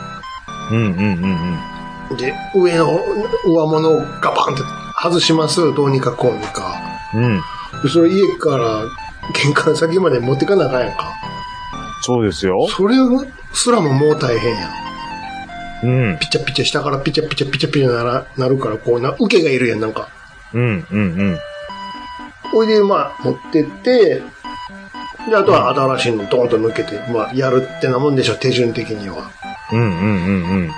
うん。うん、うん、うん、で、上の上物をガバンって外します。どうにかこうにか。うん。うん。でそれ家から玄関先まで持ってかなあかんやんか。そうですよ。それすらももう大変やん。うん。ピチャピチャ下からピチャピチャピチャピチャならなるから、こうな、受けがいるやん、なんか。うん、うん、おいで、まあ、持ってって、で、あとは新しいのドーンと抜けて、まあ、やるってなもんでしょ、手順的には。うん。うん、うん、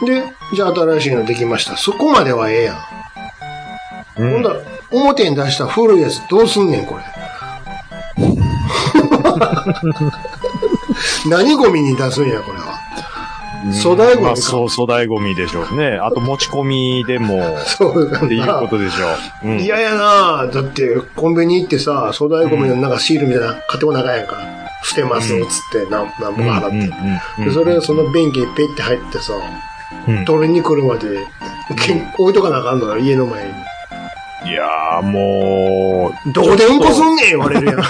うん、で、じゃあ新しいのできました。そこまではええやん。うん。ほんだら、表に出した古いやつどうすんねん、これ。何ゴミに出すんや、これは。うん粗大ゴミかまあそう、粗大ゴミでしょうね。あと持ち込みでも、そうだなっていうことでしょう。うん。嫌やなだって、コンビニ行ってさ、粗大ゴミのなんかシールみたいなの買ってこなあかんやんか。捨てます、つって、なん、なんぼうん、かうん、払って。うん。でそれ、その便器にペッて入ってさ、うん取りに来るまで、けん置いとかなあかんのよ、家の前に。いやーもどこでうんこすんねん言われる やん。う、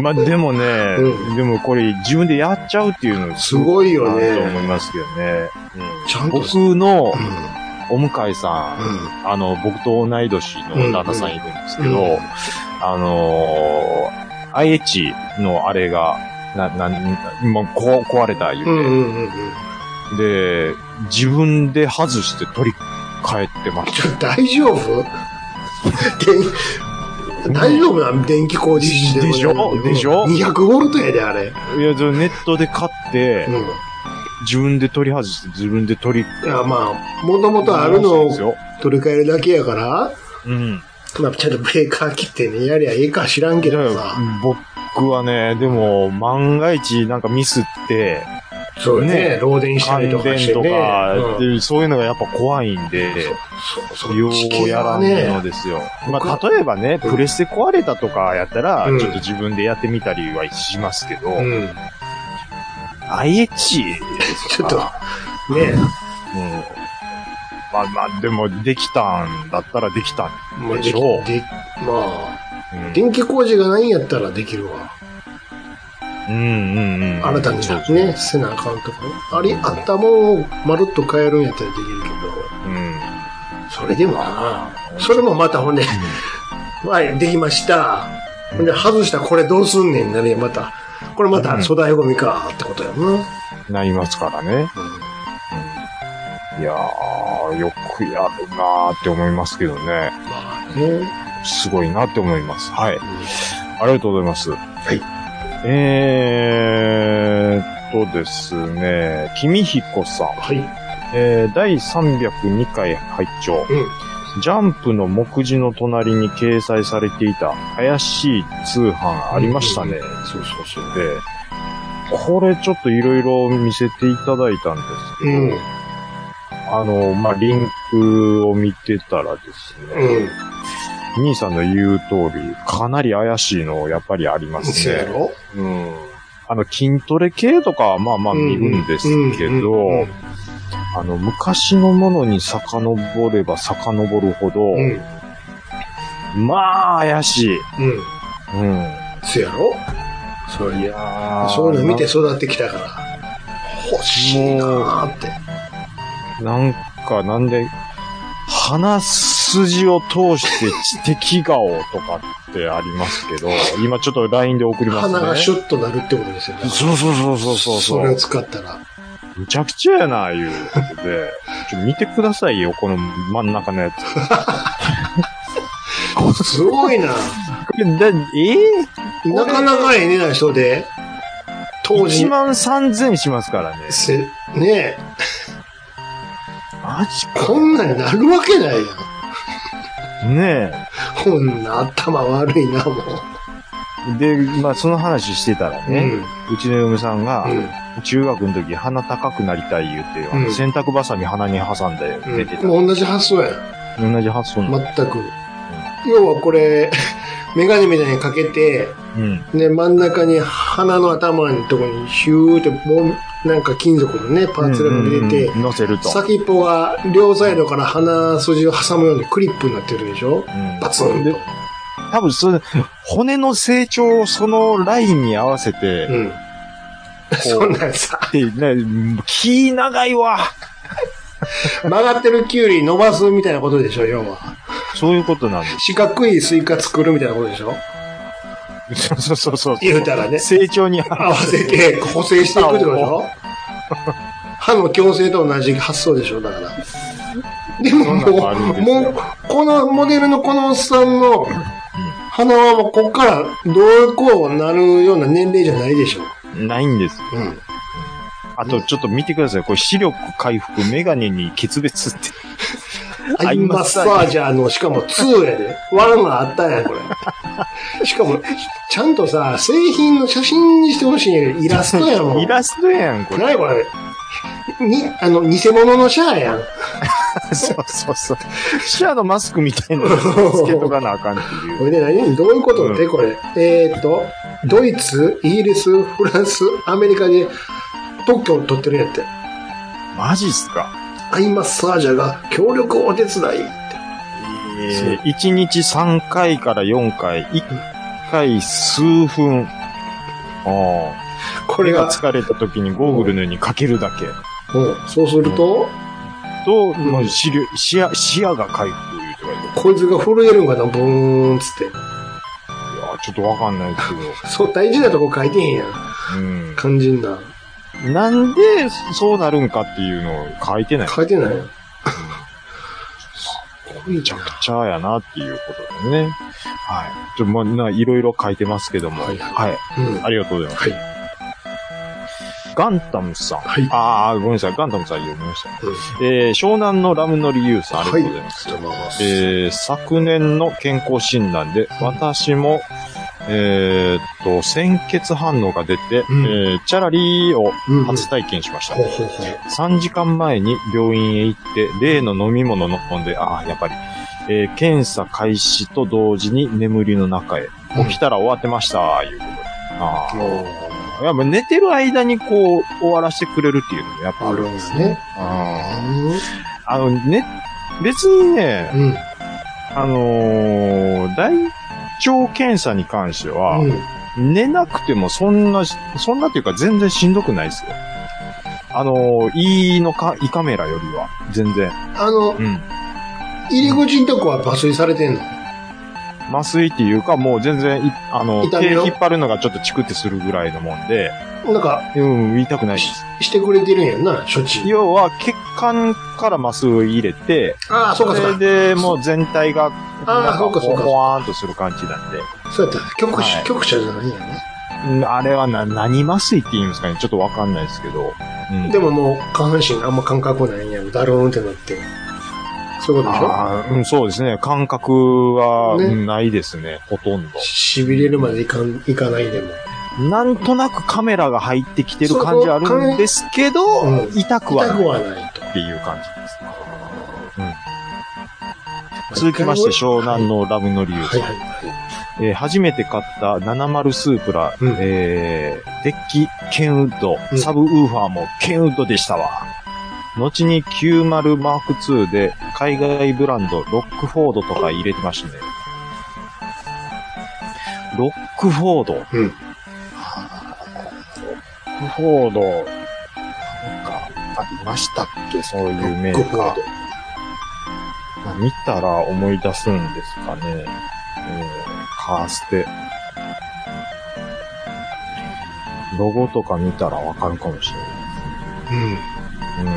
まあでもね、うでもこれ自分でやっちゃうっていうのすごいよねなと思いますけどね。ちゃんと。僕のお向いさん、あの、僕と同い年の旦那さんいるんですけど、うんうんあのー、IH のあれが、な、な、もうこ壊れた言うて、うんうんうんうんうん。で、自分で外して取り替えてましちょ、大丈夫電大丈夫なの電気工事士でしょでしょ ?200 ボルトやで、あれ。た。いや、それネットで買ってう、ん。い自分で取り外して、自分で取り、や、まあ、もともとあるのを取り替えるだけやから、うん。まあ、ちゃんとブレーカー切ってね、やりゃええか知らんけだかどらさ。僕はね、でも、万が一なんかミスって、そうねね、漏電したり感とかし電てとね。か、ってうんいうそういうのがやっぱ怖いんで、そう、そよう、地う形やらはんのね、ですよ。まあ、例えばね、プレステ壊れたとかやったらうん、ちょっと自分でやってみたりはしますけど、うん。 IH ちょっと、ね、うん。まあまあ、でも、できたんだったらできたんもうでできしょう。でまあ、うん電気工事がないんやったらできるわ。うんうんうん。新たそうにね、せなあかんとかね。あれ、あったもんをまるっと変えるんやったらできるけうん。ど、それでもな、それもまたほんで、 はい、できました。ほんで、外したこれどうすんねんなるやん、また。これまた粗大ゴミか、ってことやな。うんなりますからね。いやー、よくやるなーって思いますけどね。まあね。すごいなって思います。はい。ありがとうございます。いえーっとですね、君彦さん。はい。えー、第302回拝聴。うジャンプの目次の隣に掲載されていた怪しい通販ありましたね。ん。そうそうそう。で、これちょっといろいろ見せていただいたんですけうど、ん。あの、まあ、リンクを見てたらですね、うん。兄さんの言う通り、かなり怪しいのやっぱりありますそうやね。ろうん。あの、筋トレ系とかはまあまあ見るんですけうんうんうんうどん、あの、昔のものに遡れば遡るほど、うん。まあ怪しい。うん。うん。そうやろそういいや。やーそういうの見て育ってきたから、欲しいなーって。ななんか、なんで、鼻筋を通して知的顔とかってありますけど、今ちょっと LINE で送りますね。鼻がシュッとなるってことですよね。そうそうそうそうそうそれをう。使ったら。むちゃくちゃやな、いうことで。ちょ見てくださいよ、この真ん中のやつ。すごいこな。れだえなかなかええねな人で、ぇ、当時 ?1 万3000しますからね。せ、ねえ、マジこんなんなるわけないやん。か。ねこんな頭悪いな、もう。え。で、まあ、その話してたらね、うちの嫁さんが、うん。中学の時鼻高くなりたい言って、あうのん洗濯バサミ鼻に挟んでう出てた。ん。もう同じ発想やん。同じ発想なの。全く。要はこれ、 メガネみたいにかけて、うん。ね、真ん中に鼻の頭のとこにヒューってボン、なんか金属のね、パーツが出てて、うんうんうん乗せると。先っぽが両サイドから鼻筋を挟むようにクリップになってるでしょうんバツンでと。多分それ、骨の成長をそのラインに合わせて、うん。 そんなんさ、って、ね、気長いわ。曲がってるキュウリ伸ばすみたいなことでしょ、要は。そういうことなんです。四角いスイカ作るみたいなことでしょ そうそうそうそう。言うたらね成長に合わせて補正していくってことでしょ歯の矯正と同じ発想でしょ、だから。で もそんなのもあるんでう、すよもう、このモデルのこのおっさんの鼻はもうこっからどうこうなるような年齢じゃないでしょ。ないんです。うん。あと、ちょっと見てください。これ、視力回復、メガネに決別って。アイマッサージャーの、しかも2やで。ワンがあったんや、これ。しかも、ちゃんとさ、製品の写真にしてほしいんやけど、イラストやもん。イラストやん、これ。何これ。に、あの、偽物のシャアやん。そうそうそう。シャアのマスクみたいなのつけとかなあかんっていこう。れで何どういうことって、うこれ。えーっと、ドイツ、イギリス、フランス、アメリカで特許を取ってるんやって。マジっすかアイマッサージャーが協力をお手伝いって。えー1日3回から4回、1回数分。ああ。ここれれがが、疲れた時にゴーグルのようにかけるだけ。うん、そうすると、と、もう視力視野、視野が回復いうて書いてあるこいつが震えるんかな、ブーンっつって。いやちょっとわかんないですけど。そう、大事なとこ書いてへんやん。うん。肝心な。なんでそうなるんかっていうのを書いてない。書いてないやん。こいめちじゃゃん。くちゃやなっていうことですね。はい。ちょ、まあ、な、いろいろ書いてますけども。ははいい。うん。ありがとうございます。はい。ガンタムさん。はいああ、ごめんなさい。ガンタムさん読みましたね。うんえー、湘南のラムノリユーさん、ありがとうございます。とうございます。えー昨年の健康診断で、私も、えーっと、鮮血反応が出て、うんえーチャラリーをうんうん初体験しました。ほうほうほう。 3時間前に病院へ行って、例の飲み物の飲んで、ああ、やっぱり、えー検査開始と同時に眠りの中へ。うん起きたら終わってました、いうことで。あおーあ。やっぱ寝てる間にこう、終わらせてくれるっていうのもやっぱあるんですね。あーあの、ね、別にね、うん。あのー大腸検査に関しては、うん。寝なくてもそんな、そんなっていうか全然しんどくないですよ。あのー、E のか、胃カメラよりは、全然。あのう、ん。入り口のとこは抜粋されてんの麻酔っていうか、もう全然い、あの、痛手みを引っ張るのがちょっとチクってするぐらいのもんで、なんか、うん、痛くないです。してくれてるんやんな、処置。要は、血管から麻酔を入れて、ああ、そうかそうか。れでもう全体が、あーなんそうかか、そうかほわーんとする感じなんで、そうやった。局は者、い局者じゃないんやね。うんあれはな、何麻酔って言うんですかねちょっとわかんないですけど。うんでももう、下半身あんま感覚ないんや。だろーんってなって。そういうことでしょあーうん、そうですね。感覚は、ねうんないですね。ほとんど。しびれるまでいかん、いかないでも。なんとなくカメラが入ってきてる感じあるんですけどそう、うん痛くは痛ないくっはないと。ていう感じですね。続きまして、湘南のラムの理由はさいん。はいはえー初めて買った70スープラ、うんえー、デッキ、ケンウッド、うんサブウーファーもケンウッドでしたわ。後に90マーク2で海外ブランド、ロックフォードとか入れてましたね。ロックフォード。うんはあロックフォード、なんか、ありましたっけそういうメーい。ごカー飯。まあ見たら思い出すんですかね。えー、カーステ。ロゴとか見たらわかるかもしうれん。な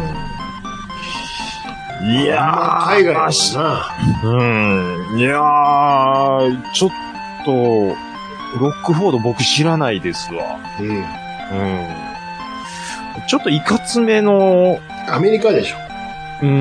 い。うん。いやー、海外はな、うん。いやー、ちょっと、ロックフォード僕知らないですわ。うん。うん。ちょっといかつめの、アメリカでしょ。うん。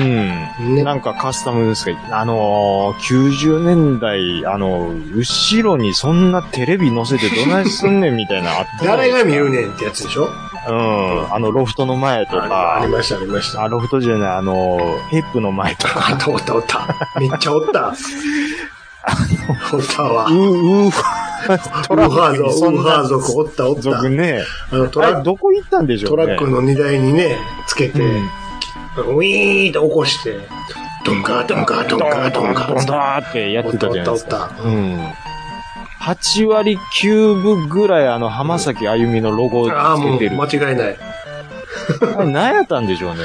ね。なんかカスタムですかあのー、90年代、あのー、後ろにそんなテレビ載せてどないすんねんみたいなあったじゃない誰ですかが見るねんってやつでしょうん。あの、ロフトの前とありか、ました、ありました。あ、ロフトじゃない、あのー、ヘップの前とか、あったおったおった。めっちゃおった。おったわ。ウウー、ウーファー、 トラーックハーに族、そんウーハなー族おったおった。族ね。あのトあれ、ラどこ行ったんでしょトうね。ラックの荷台にね、つけて、うんウィーンって起こして、ドンカードンカードンカードンカードンドンってやってたじゃないですおったおかっ。うん。8割9分ぐらいあの浜崎あゆみのロゴをつああ、もけうてる。間違いない。あれ何やったんでしょうね、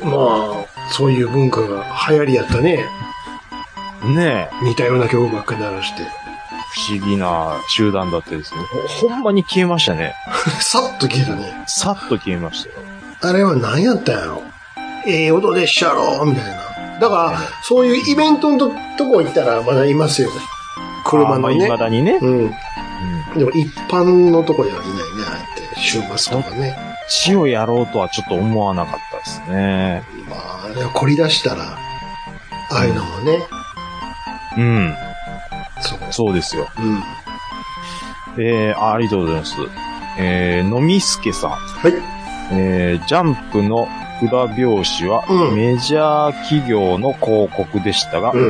ほんままあ、そういう文化が流行りやったね。に。ねえ、似たような曲ばっかり鳴らして。不思議な集団だったですね。ほほんまに消えましたね。さっと消えたね。さっと消えましたよ。あれは何やったんやろええ音でっしゃろみたいな。だから、そういうイベントのととこ行ったらまだいますよね。車のあねまあ、。未だにね。うん。うん。でも一般のとこではいないね、ああえて。週末とかね。死をやろうとはちょっと思わなかったですね。まあ、あれを凝り出したら、ああいうのもね、うん。そう。そうですよ。うん。はえー、あありがとうございます。えー、のみすけさん。い。えージャンプの裏表紙はうんメジャー企業の広告でしたが、うん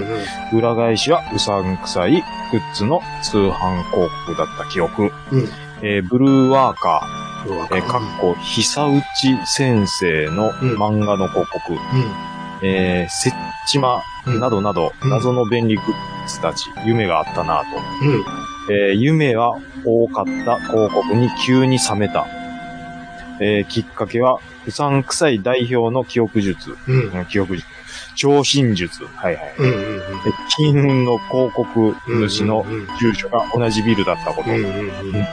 うん。裏返しはうさんくさいグッズの通販広告だった記憶。うんえーブルーワーカうわー、えー、かっこ、久内先生の漫画の広告。うん。えー、設置間などなど、うん謎の便利グッズたち、夢があったなぁうん。と。えー、夢は多かった広告に急に冷めた。えー、きっかけは、不散臭い代表の記憶術、うん。うん記憶術、超新術、はいはい。うん。うん。え金運の広告主の住所が同じビルだったこと。うん。うん。うん。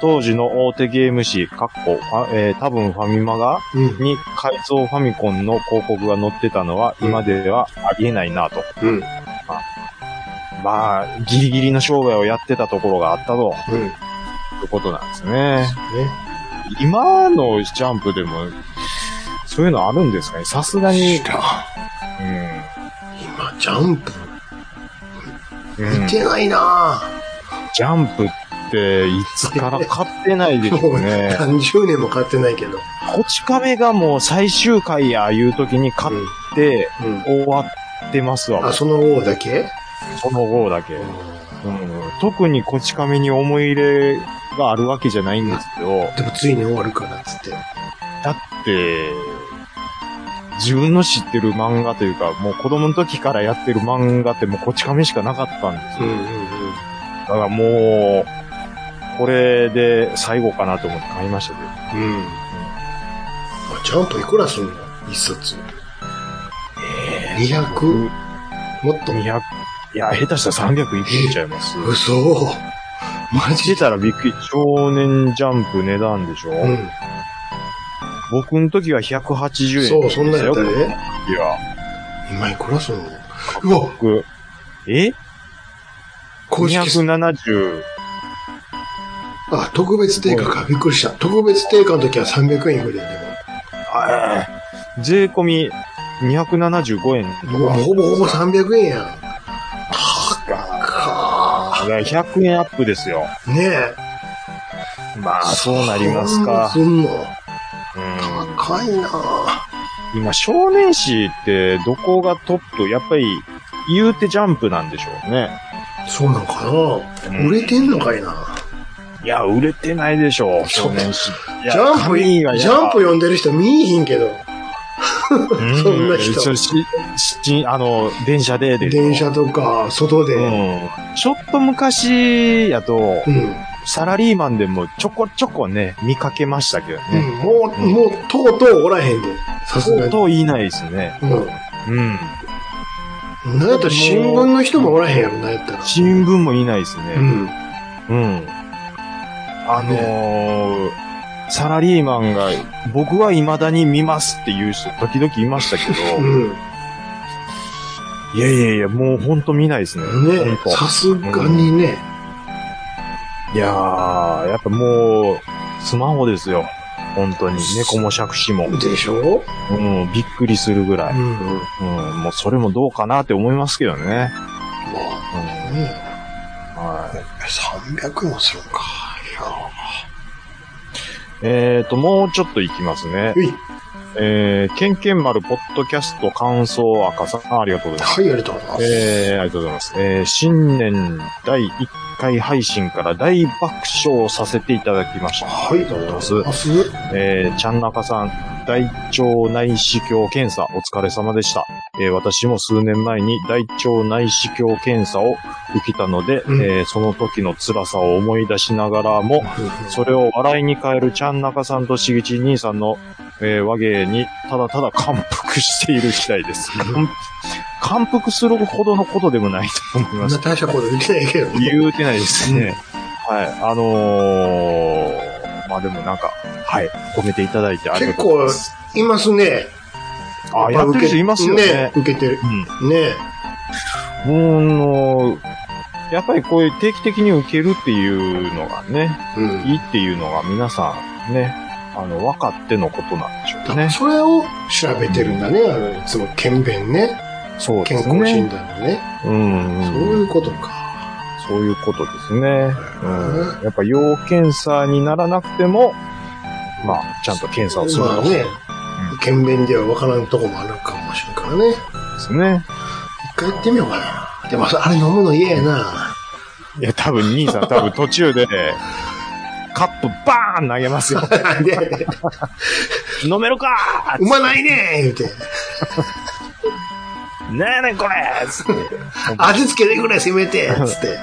当時の大手ゲーム誌、カッコ、あえー多分ファミマが、うん。に改造ファミコンの広告が載ってたのは今ではありえないなと。うん。まあ、ギリギリの商売をやってたところがあったと、うん。いうことなんですね。ね。今のジャンプでも、そういうのあるんですかねさすがに、う今、ジャンプん。うん見てないなジャンプって、いつから買ってないでしもょううね。 何十年も買ってないけど。こち亀がもう最終回やいう時に買ってうん。うん。終わってますわ、あ、その王だけその後だけ。うん、特にこち亀に思い入れがあるわけじゃないんですけど、でもついに終わるからっつって。だって、自分の知ってる漫画というか、もう子供の時からやってる漫画ってもうこち亀しかなかったんですうよ。んうんだからもう、これで最後かなと思って買いましたけど。うん。うん。あジャンプいくらすんの一冊。ええー。200? もっと200、いや、下手したら300いけちゃいます。嘘。マしてジたらびっくり。少年ジャンプ値段でしょ、うん。僕の時は180円。そう、そんなんやったらね。いや、今いくらすんのうわ僕、え公式す ?270。あ、特別定価か。びっくりした。特別定価の時は300円ぐらいでも。あー税込み275円ともうか。ほぼほぼ300円やん。だか高ら100円アップですよ。っねえ。まあ、そうなりますかそ。んなすんのうん高いなぁ。今、少年誌ってどこがトップやっぱり、言うてジャンプなんでしょうね。そうなんかなうん売れてんのかいな、いや、売れてないでしょう、少年誌。ジャンプ、ジャンプよ、読んでる人見いひんけど。うそんな人そうししあの、電車でで。電車とか、外で。ううん。ん。ちょっと昔やと、サラリーマンでもちょこちょこね、見かけましたけどうんね。もう、うんもう、とうとうおらへんで。さすとがうに。とう言いないですね。ううん。ん。なんやったら新聞の人もおらへんやろ、なんやったら。新聞もいないですうね。ん。うん。あのー、サラリーマンが、僕は未だに見ますっていう人、時々いましたけど、うん。いやいやいや、もうほんと見ないですね。ほんねとさすがにね。いやー、やっぱもう、スマホですよ。本当に。猫も借子も。でしょうん、びっくりするぐらうい。ん。まうん、もうそれもどうかなって思いますけどね。あ、うん、ねはい。 300円もするんか。えーと、もうちょっといきますね。いやうい。えー、けんけん丸ポッドキャスト感想赤さん、ありがとうございます。はい、ありがとうございます。えー、ありがとうございます。えー、新年第1回配信から大爆笑させていただきました。はい、ありがとうございます。えー、ちゃんなかさん、大腸内視鏡検査お疲れ様でした。えー私も数年前に大腸内視鏡検査を受けたので、うんえーその時の辛さを思い出しながらも、それを笑いに変えるちゃんなかさんとしげち兄さんの、えー和芸にただただ感服している次第です。感感服するほどのことでもないと思いそまんすな。大したこと言ってないけどね。言うてないですね。はい。あのー、まあでもなんか、はい。褒めていただいてありが結とうござい構ます。、いますね。あ、やってる人いますよね。受けてる。ねうん。もうあの、やっぱりこういう定期的に受けるっていうのがね、うん。いいっていうのが皆さんね、あの、分かってのことなんでしょうね。それを調べてるんだね。あの、いつも、検便ね。そう健です康診ね。断のね。うん、そううん。いうことか。そういうことですね。うん。やっぱ要検査にならなくても、まあ、ちゃんと検査をするまあとでね。検便では分からんとこもあるかもしれんからね。すね。一回やってみようかな。でも、あれ飲むの嫌やな。 いや、多分、兄さん、 多分途中で、カップバーン投げます よ。で、飲めるかうまないね言うて。なねこれつって。味付けてくれ、せめてつって。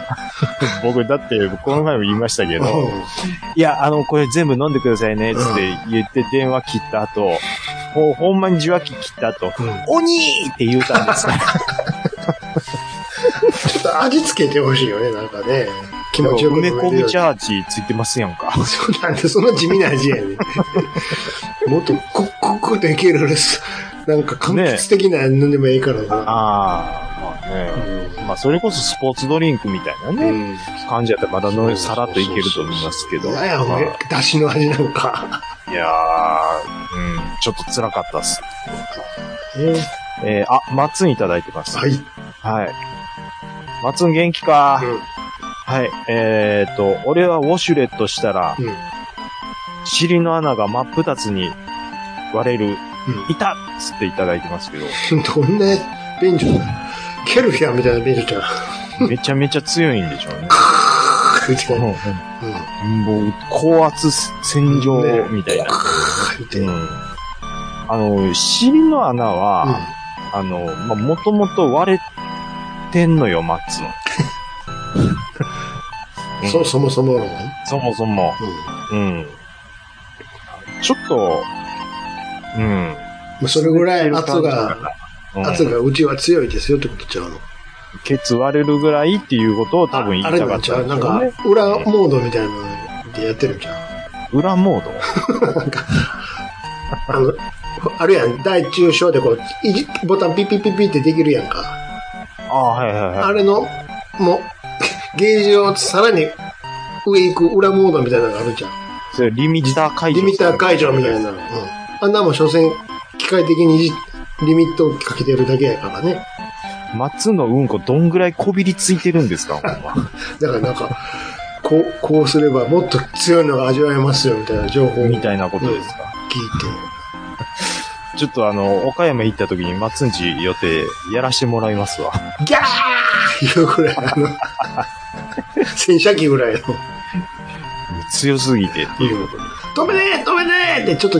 僕、だって、この前も言いましたけうど、んいや、あの、これ全部飲んでくださいね、つって言って電話切った後、もうほんまに受話器切った後、鬼って言うたんですから。ちょっと味付けてほしいよね、なんかね。気持ちよく 梅飲こめるみようにチャーチついてますやんか。そうなんで、そんな地味な味やねもっとコッコッコッといけるです。なんか柑橘的なのでもいいからさ。ああ、まあね。まあ、それこそスポーツドリンクみたいなうね、ん。感じやったらまだのさらっといけると思いますけど。なんや、まあ俺、だしの味なんか。いやー、うん、ちょっと辛かったっす。えー、あ、マッツンいただいてます。はい。はい。マッツン元気か、はい。えーと、俺はウォシュレットしたら、うん。うん。尻の穴が真っ二つに割れる。うんいたっつっていただいてますけ ど、どんな便所だケルフィアみたいな便所じゃん。めちゃめちゃ強いんでしょうね。みたい な。うん。もう、高圧洗浄みたいな。みたいな。うんあの、尻の穴は、あの、まあ、もともと割れてんのよ、マッツン。うんそ、そもそもの。うん。そもそも。うん。ちょっと、うん。まあそれぐらい圧が、うん圧がうちは強いですよってことちゃうの。ケツ割れるぐらいっていうことを多分言いあれたかなっんちゃたうなんでしかょうね。、裏モードみたいなのでやってるんちゃう裏モ ードあの、あるやん、大中小でこう、いじボタンピッピッピッピッってできるやんか。ああ、はいはいはい。あれの、もう、 ゲージをさらに上行く裏モードみたいなのがあるじゃん。それリミッター解除。リミッター解除みたいな。うん。あんなもん所詮、機械的にいじリミットをかけてるだけやからね。松のうんこどんぐらいこびりついてるんです か、ほんま。だからなんか、こう、こうすればもっと強いのが味わえますよみたいな情報を聞いみて。たいなことですか。ちょっとあの、岡山行った時に松んち予定やらしてもらいますわ。ギャーいうぐらいあの、洗車機ぐらいの。強すぎてっていうことで。止めねえ止めねえってちょっと、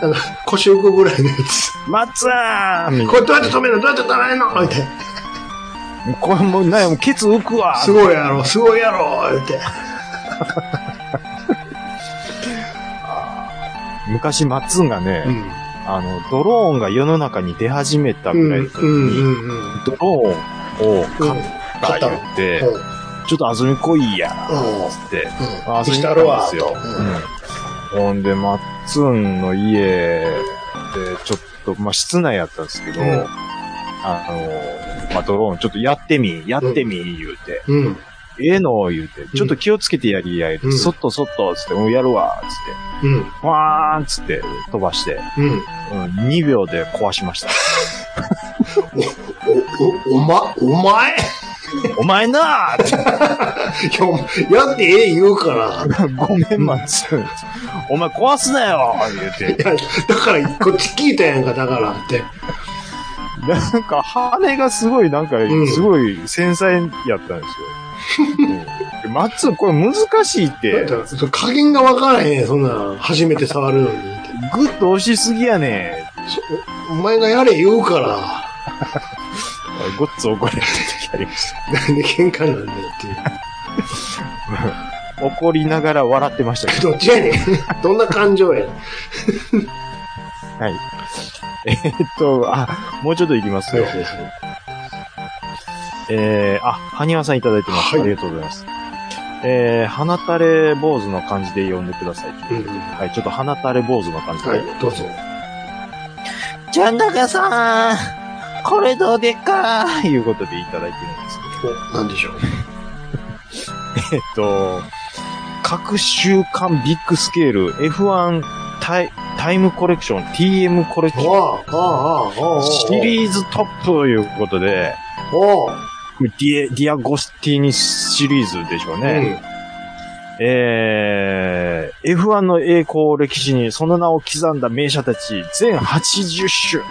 あの、腰浮くぐらいのやつ。松ーんみこれどうやって止めるのどうやって止めるのみたいな。これもう、なんやもうケツ浮くわすごいやろ、すごいやろ言って。昔松んがね、うん。あの、ドローンが世の中に出始めたうぐらいんの、時うに、ん、うん、うん。ドローンを買った言って、うん。ちょっと遊びに来いや、うん。つって。うん。遊びにした来たろんでわ、すよと。。うん。ほんで、マッツンの家で、ちょっと、まあ、室内やったんですけど、うんあの、まあ、ドローンちょっとやってみ、やってみ、言うて、うん。うん。ええの、言うて、ちょっと気をつけてやりや、言うて、うんそっとそっと、つって、もうやるわ、つっうん。て、わーん、つって飛ばして、うん。うん、2秒で壊しま した。お、お、おま、お前お前なーっていややってええ言うから。 ごめん、マッツン。お前壊すなよ言うて。いやだから、こっち聞いたやんか、だからって。なんか、羽がすごい、なんかん、すごい繊細やったんですよ。うん、マッツン、これ難しいって、だって加減がわからへん、そんなん。初めて触るのに。グッと押しすぎやねお前がやれ言うから。ごっつ怒られた時ありましなんで喧嘩なんだよっていう。 た。怒りながら笑ってましたけど。どっちやねん。どんな感情やねん。はい。えーっと、あ、もうちょっといきますよ。えー、あ、はにわさんいただいてます。はいありがとうございます。えー、鼻垂れ坊主の感じで呼んでください。うんうんはい、ちょっと鼻垂れ坊主の感じで。はい、どうぞ。ジャンダカさん、これどうでっかーいうことでいただいてるんですお、なんでしょう。けど、えっと、各週間ビッグスケール F1 タイタイムコレクション TM コレクションああ、ああ、ああ、ああ。シリーズトップということで、おあディエディアゴスティーニシリーズでしょううね。ん。えー、F1 の栄光歴史にその名を刻んだ名車たち、全80種。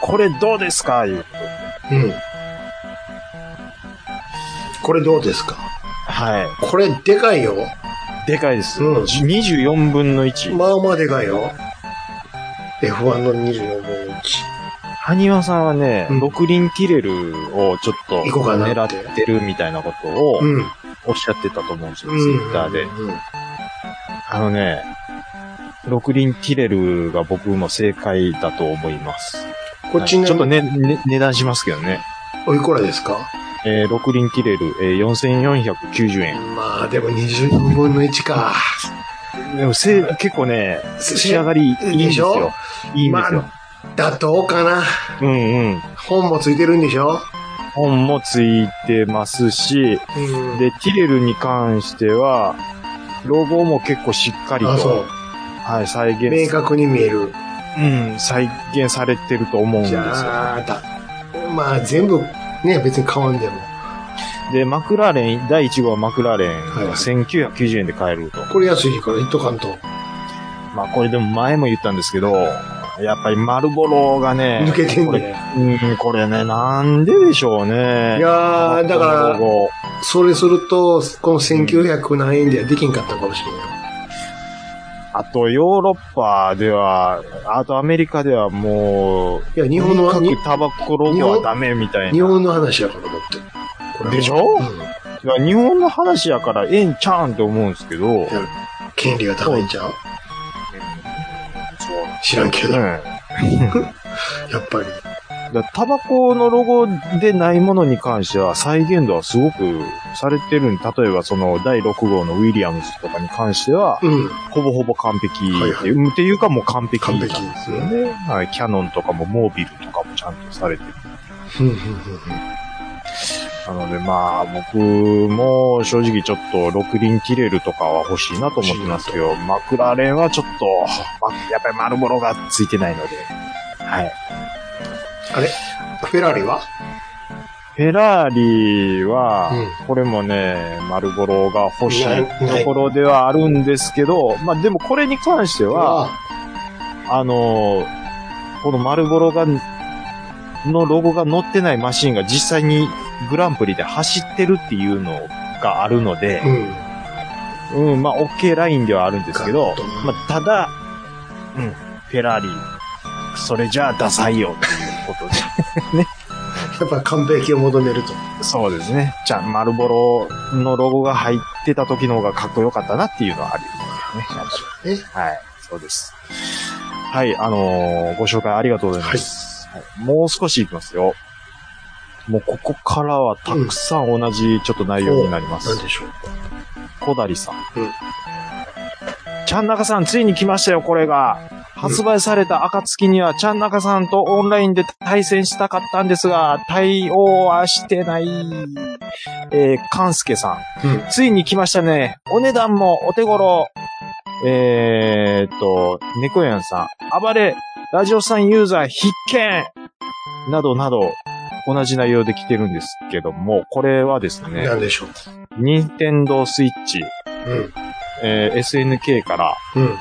これどうですかいうことでうん。これどうですかはい。これでかいよ。でかいです。うん24分の1。まあまあでかいよ。F1 の24分の1。ハニワさんはね、うん六輪ティレルをちょっと行こうかな狙ってってるみたいなことをうん。おっしゃってたと思うんですよ、うんツイッターで。うんあのね、六輪ティレルが僕も正解だと思います。こっちはいね、ちょっとね、ね値段しますけどね。おいくらですかえー、六輪ティレル、えー、4490円。まあ、でも24分の1か。でもせい、結構ね、せ仕上がりいいんですでしよょ。いいんですよ。ま妥当かな。うんうん。本もついてるんでしょ本もついてますし、うん。で、ティレルに関しては、ロゴも結構しっかりあ、そと、う。はい、再明現、確に見える。うん、再現されてると思うんですじよ。ゃあ、だ。まあ、全部、ね、別に買わんでも。で、マクラーレン、第1号はマクラーレンはいが1990円で買えると。これ安いから、一斗缶と。まあこれでも前も言ったんですけど、やっぱり丸ボロがね、抜けてんこれ、ね。うん、これね、なんででしょうね。いやー、だからこのロ、ゴそれすると、この1900何円ではできんかったかもしれない。あとヨーロッパでは、あとアメリカではもう、いや、日本の、とににかくタバコロ日ゴは本ダメみたいな。日本の話やからだって。これでしょうんいや日本の話やからええんちゃうんって思うんですけど、権利が高いんちゃう知らんけうん。ど、やだかっぱり。らタバコのロゴでないものに関しては再現度はすごくされてるん例えばその第6号のウィリアムズとかに関しては、うん。ほぼほぼ完璧って,、はいはいっていうかもう完璧完なんで璧すですよね。ね。はい、キャノンとかもモービルとかもちゃんとされてる。うんうんうんなのでまあ僕も正直ちょっと六輪ティレルとかは欲しいなと思ってますけど、マクラーレンはちょっと、ま、やっぱり丸ボロがついてないので。はい。あれフェラーリはフェラーリはう、これもね、丸ボロが欲しいないないところではあるんですけど、まあでもこれに関しては、ああのー、この丸ボロが、のロゴが載ってないマシンが実際にグランプリで走ってるっていうのがあるので、うん。うん、まあ OK ラインではあるんですけどガッとね、まあただ、うん、フェラーリ、それじゃあダサいよっていうことで。 やっぱり完璧を求めると。そうですね。じゃあ丸ボロのロゴが入ってた時の方がかっこよかったなっていうのはありますよね。えはい、そうです。はい、あのーご紹介ありがとうございます。はいもう少しいきますよ。もうここからはたくさん同じちょっと内容になります。なんでしょう小谷さん。うんちゃんなかさん、ついに来ましたよ、これが。発売された暁には、ちゃんなかさんとオンラインで対戦したかったんですが、対応はしてない。えー、かんすけさん,、うんついに来ましたね。お値段もお手頃。えーっと、猫やんさん。暴れ、ラジオさんユーザー必見などなど、同じ内容で来てるんですけども、これはですね。なんでしょう任天堂スイッチ、うん。えー SNK から、うん。う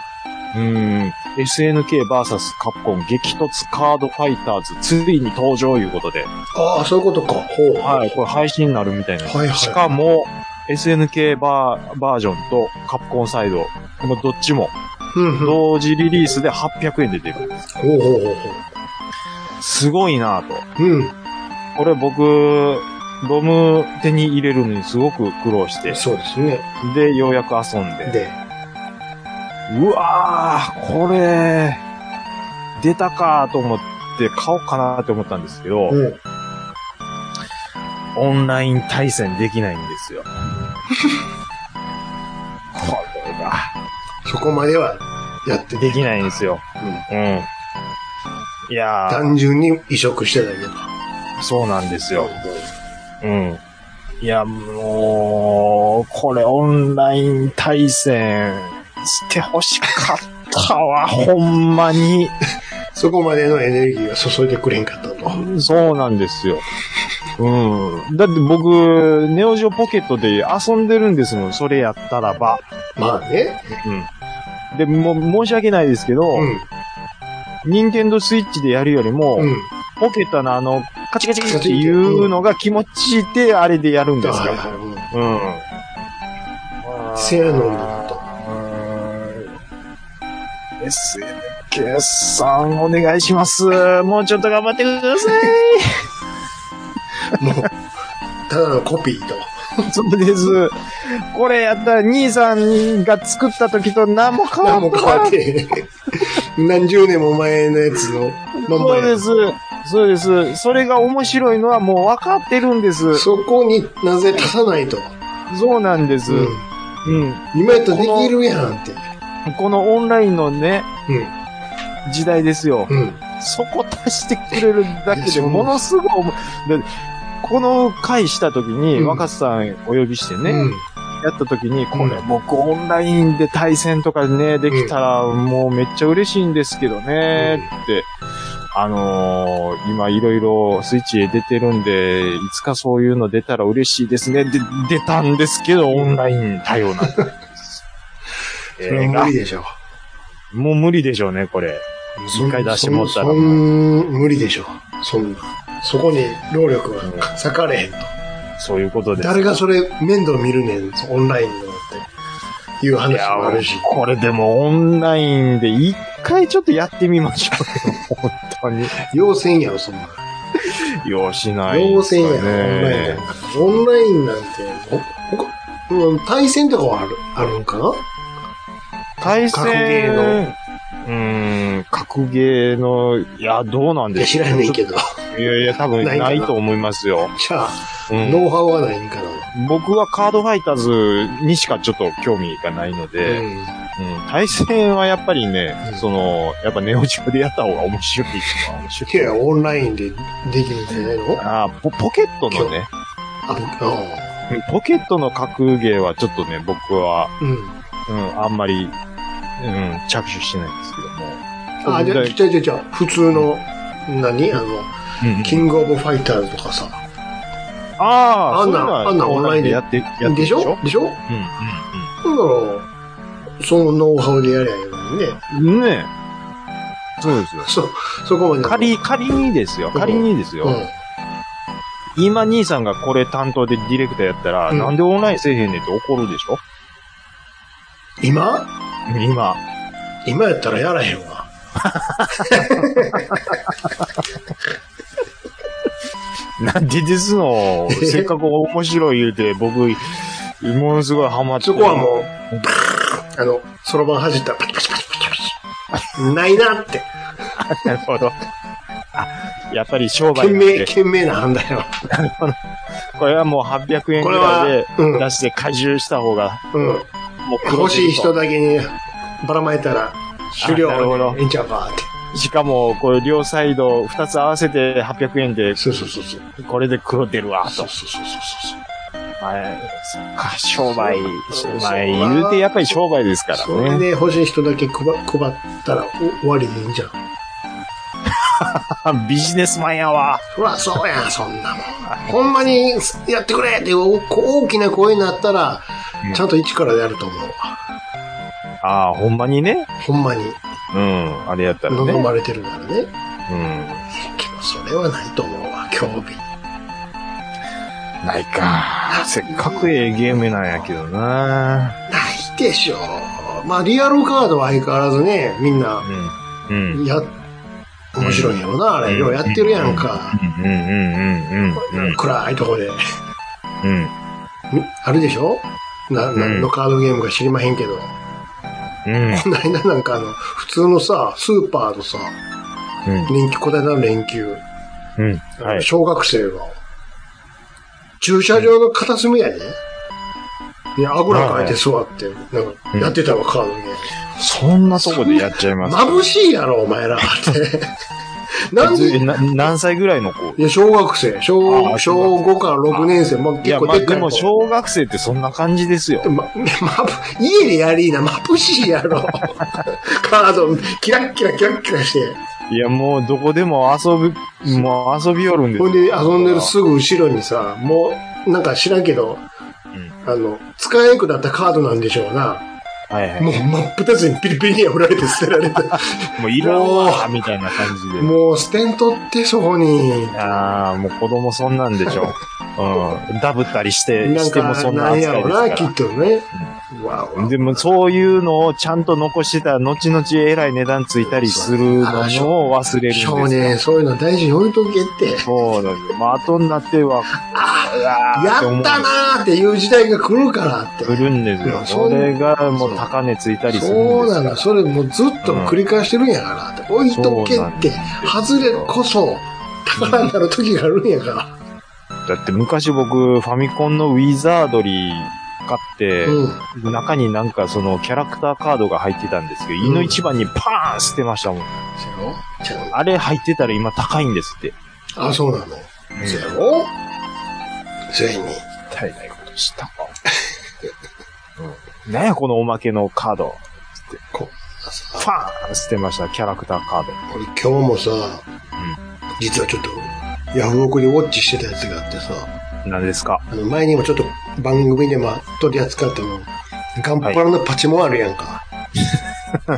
ーん、SNKVS カプコン激突カードファイターズついに登場いうことで、ああ、そういうことか。ほう。はい、これ配信になるみたいな。はいはいしかも、SNK バーバージョンとカプコンサイド、このどっちもうんうん。ほう同時リリースで800円で出る。ほうほうほすごいなぁと。う。うん。これ僕、ロム手に入れるのにすごく苦労して、そうですね。で、ようやく遊んで、で、うわー、これ、出たかと思って買おうかなと思ったんですけど、うん。オンライン対戦できないんです よ。これが、そこまではやってでね。きないんですよ。うん。うん。いや単ー、純に移植してただけだ。そうなんですよ。うん。いや、もう、これオンライン対戦してほしかった わ、ほんまに。そこまでのエネルギーが注いでくれんかったと。そうなんですよ。うん。だって僕、ネオジオポケットで遊んでるんですもん、それやったらば。まあね。うん。で、もう、申し訳ないですけど、うん。ニンテンドスイッチでやるよりも、うん。ポケットのあの、カチカチカチっていうのが気持ちいいって、あれでやるんですはいかはいうんら。うん。せやのにと。 SNK 決算お願いします。もうちょっと頑張ってください。もう、ただのコピーと。そうです。これやったら兄さんが作った時と何も変わら何もない。変わってへん。 何十年も前のやつのまんまそうやで。す。そうです。それが面白いのはもう分かってるんです。そこになぜ足さないと。そうなんです。うん。うん。今やったらできるやんって。このオンラインのね、時代ですよ。うん。うん。そこ足してくれるだけいやそでう思うものすごい思う、でこの会した時に、うん若狭さんお呼びしてね、うん。やった時に、これ僕オンラインで対戦とかね、できたらもうめっちゃ嬉しいんですけどね、って。あのー今いろいろスイッチへ出てるんで、いつかそういうの出たら嬉しいですね。で、出たんですけど、オンライン対応なんです。 それえーは無理でしょ。もう無理でしょうね、これ。一回出してもらったらもうそんそん無理でしょ。そんな。そこに労力が割かれへんと。そういうことです。誰がそれ面倒見るねん、オンラインのって。いうい話やもあるし。これでもオンラインで一回ちょっとやってみましょうよ。本当に。要線やろ、そんな。ようしない要ですか線ね。やろ、オンラインなんて。オンラインなんて、ほほうん、対戦とかはある、あるんかな対戦。格ゲーのうーん、格ゲーの、いや、どうなんいや、で知しょうらんねんけど。いやいや、多分ないかなないと思いますよ。 じゃあ、うん、ノウハウがないんかな。僕はカードファイターズにしかちょっと興味がないので、うん対戦はやっぱりね、うんその、やっぱネオジオでやった方が面白いのは面白いい。や、オンラインでできるんじゃないのあ、あーポポケットのね、僕、あうんポケットの格ゲーはちょっとね、僕は、うん。うん、あんまり、うん、着手してないんですけども。あ、じゃあ、じゃあ、じゃあじゃあ、普通の、何あの、うんキングオブファイターズとかさ。ああ、あんなそういうのはあんなオンラインでやって、やってるでしょでしょうん、うん、なんだろう、そのノウハウでやりゃいいのにね。うん。ねえ。そうですよ。そ、そこまで。仮、仮にですよ。仮にですよ。うん。今兄さんがこれ担当でディレクターやったら、うんなんでオンラインせえへんねんって怒るでしょ今今。今やったらやらへんわ。なんでですのせっかく面白い言うて、僕、ものすごいハマって。そこは もう、ブーあの、そろばん弾いたらパチパチパチパチパチ。ないなって。う。なるほど。あ、やっぱり商売懸なん命、で。懸命な判断よ。これはもう800円こぐれらはいで、うん出して回収した方が、うん。もう黒欲しい人だ。だけにばらまいたら終了あなるほどええんちゃうかって。しかも、これ両サイド2つ合わせて800円で、そうそうそうそう。これで黒出るわ、とそう。そうそうそうはい、そっか、商売、そうまあ言うてやっぱり商売ですからそう。それね。で欲しい人だけ配配ったらお終わりでいいんじゃん。ビジネスマンやわ。そらそうやん、そんなもん。ほんまにやってくれってお大きな声になったらうん、ちゃんと一からやると思うわ。ああ、ほんまにね。ほんまに。うん、あれやったらね。望まれてるならね。うん。けどそれはないと思うわ、興味。ないか。せっかくええゲームなんやけどな。ないでしょ。まあ、リアルカードは相変わらずね、みんな、うん。うん。や、面白いんやろな、あれ。ようやってるやんか。うんうんうんうんうん暗いとこで。うんんあるでしょな、うん何のカードゲームか知りまへんけど。 うんこの間なんかあの、普通のさ、スーパーのさ、うん連休、この間の連休、うんはい小学生が、駐車場の片隅やね。にあぐらかいて座って、なんか、やってたわ、カードゲーム。そんなとこでやっちゃいます眩しいやろ、お前らって。なんでえ、な何歳ぐらいの子いや、小学生。あ小、ー小5から6年生。まあ、い結や、構まあでっかでい子。も小学生ってそんな感じですよ。ま、ま、家でやりいな、まぶしいや ろ。カード、キラッキラ、キラッキラして。いや、もうどこでも遊び、もう遊びよるんですほんで、遊んでるすすぐ後ろにさ、もう、なんか知らんけど、んあの、使えなくなったカードなんでしょうな。はいはい。もう真っ二つにピリピリに破られて捨てられた。もういらんわ、みたいな感じで。もう捨てんとって、そこに。ああ、もう子供そんなんでしょ。うん。ダブったりして、なんしてもか、そんななんや扱いろでな、すきかっとね。うわわでもそういうのをちゃんと残してたら、後々えらい値段ついたりするのあしも忘れるんです少よ。年、そういうの大事に置いとけって。そうなんですよ。まあ、後になっては、やあったなーっていう時代が来るからって。来るんですいやよ。そうそれがもう高値ついたりするんですそうよ。なの。それもうずっと繰り返してるんやからって。置いとけそうなっんてですよ。外れこそ、宝になる時があるんやから。だって昔僕、ファミコンのウィザードリー買って、うん。中になんかそのキャラクターカードが入ってたんですけど、ん胃の一番にパーン捨てましたもん。せやろちゃうあれ入ってたら今高いんですって。あ、そうなの。せやろついに。たいないことした。 うん。なんやこのおまけのカード。こパーン捨てました、キャラクターカード。これ今日もさ、実はちょっと、ヤフオクでウォッチしてたやつがあってさ、何ですか あの前にもちょっと番組でも取り扱ったの、ガンプラのパチモンあるやんか。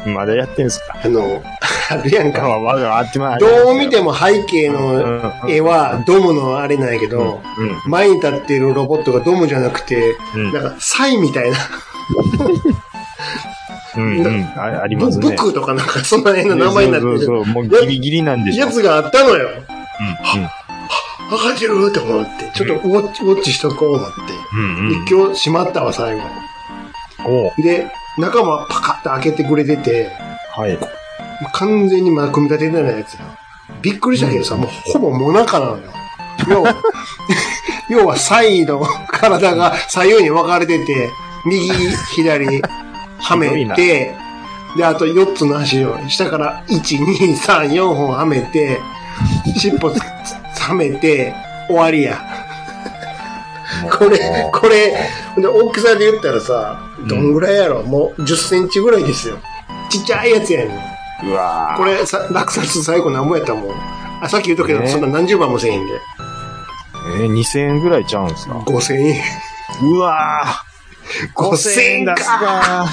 まだやってんすかあの、 あるやんか。まだあってまどう見ても背景の絵はドムのあれなんやけど、うんうん前に立っているロボットがドムじゃなくて、うんなんかサイみたいな、うんうん。あありブますね。ブクとかなんかそんな絵の名前になってそうそうるそう。もうギリギリなんでしょ。やつがあったのよ。う赤てるって思って、ちょっとウォッチ、ウォッチしとこう思って。んうん。うんうん。で今日閉まったわ、最後。おうで、中もパカッと開けてくれてて、はい。完全にまだ組み立ててないやつよ。びっくりしたけどさ、もうほぼモナカなのよ。要は、 要はサイド、体が左右に分かれてて、右、左、はひどめいなて、で、あと4つの足を下から1、2、3、4本はめて、尻尾つはめて、終わりや。これ、これ、で大きさで言ったらさ、どんぐらいやろ、もう10センチぐらいですよ。ちっちゃいやつやねん。うわこれさ、落札最後何もやったもん。あ、さっき言うとけど、ねそんな何十万もせえへんで。えー、2000円ぐらいちゃうんすか5000円。うわー5000円出すか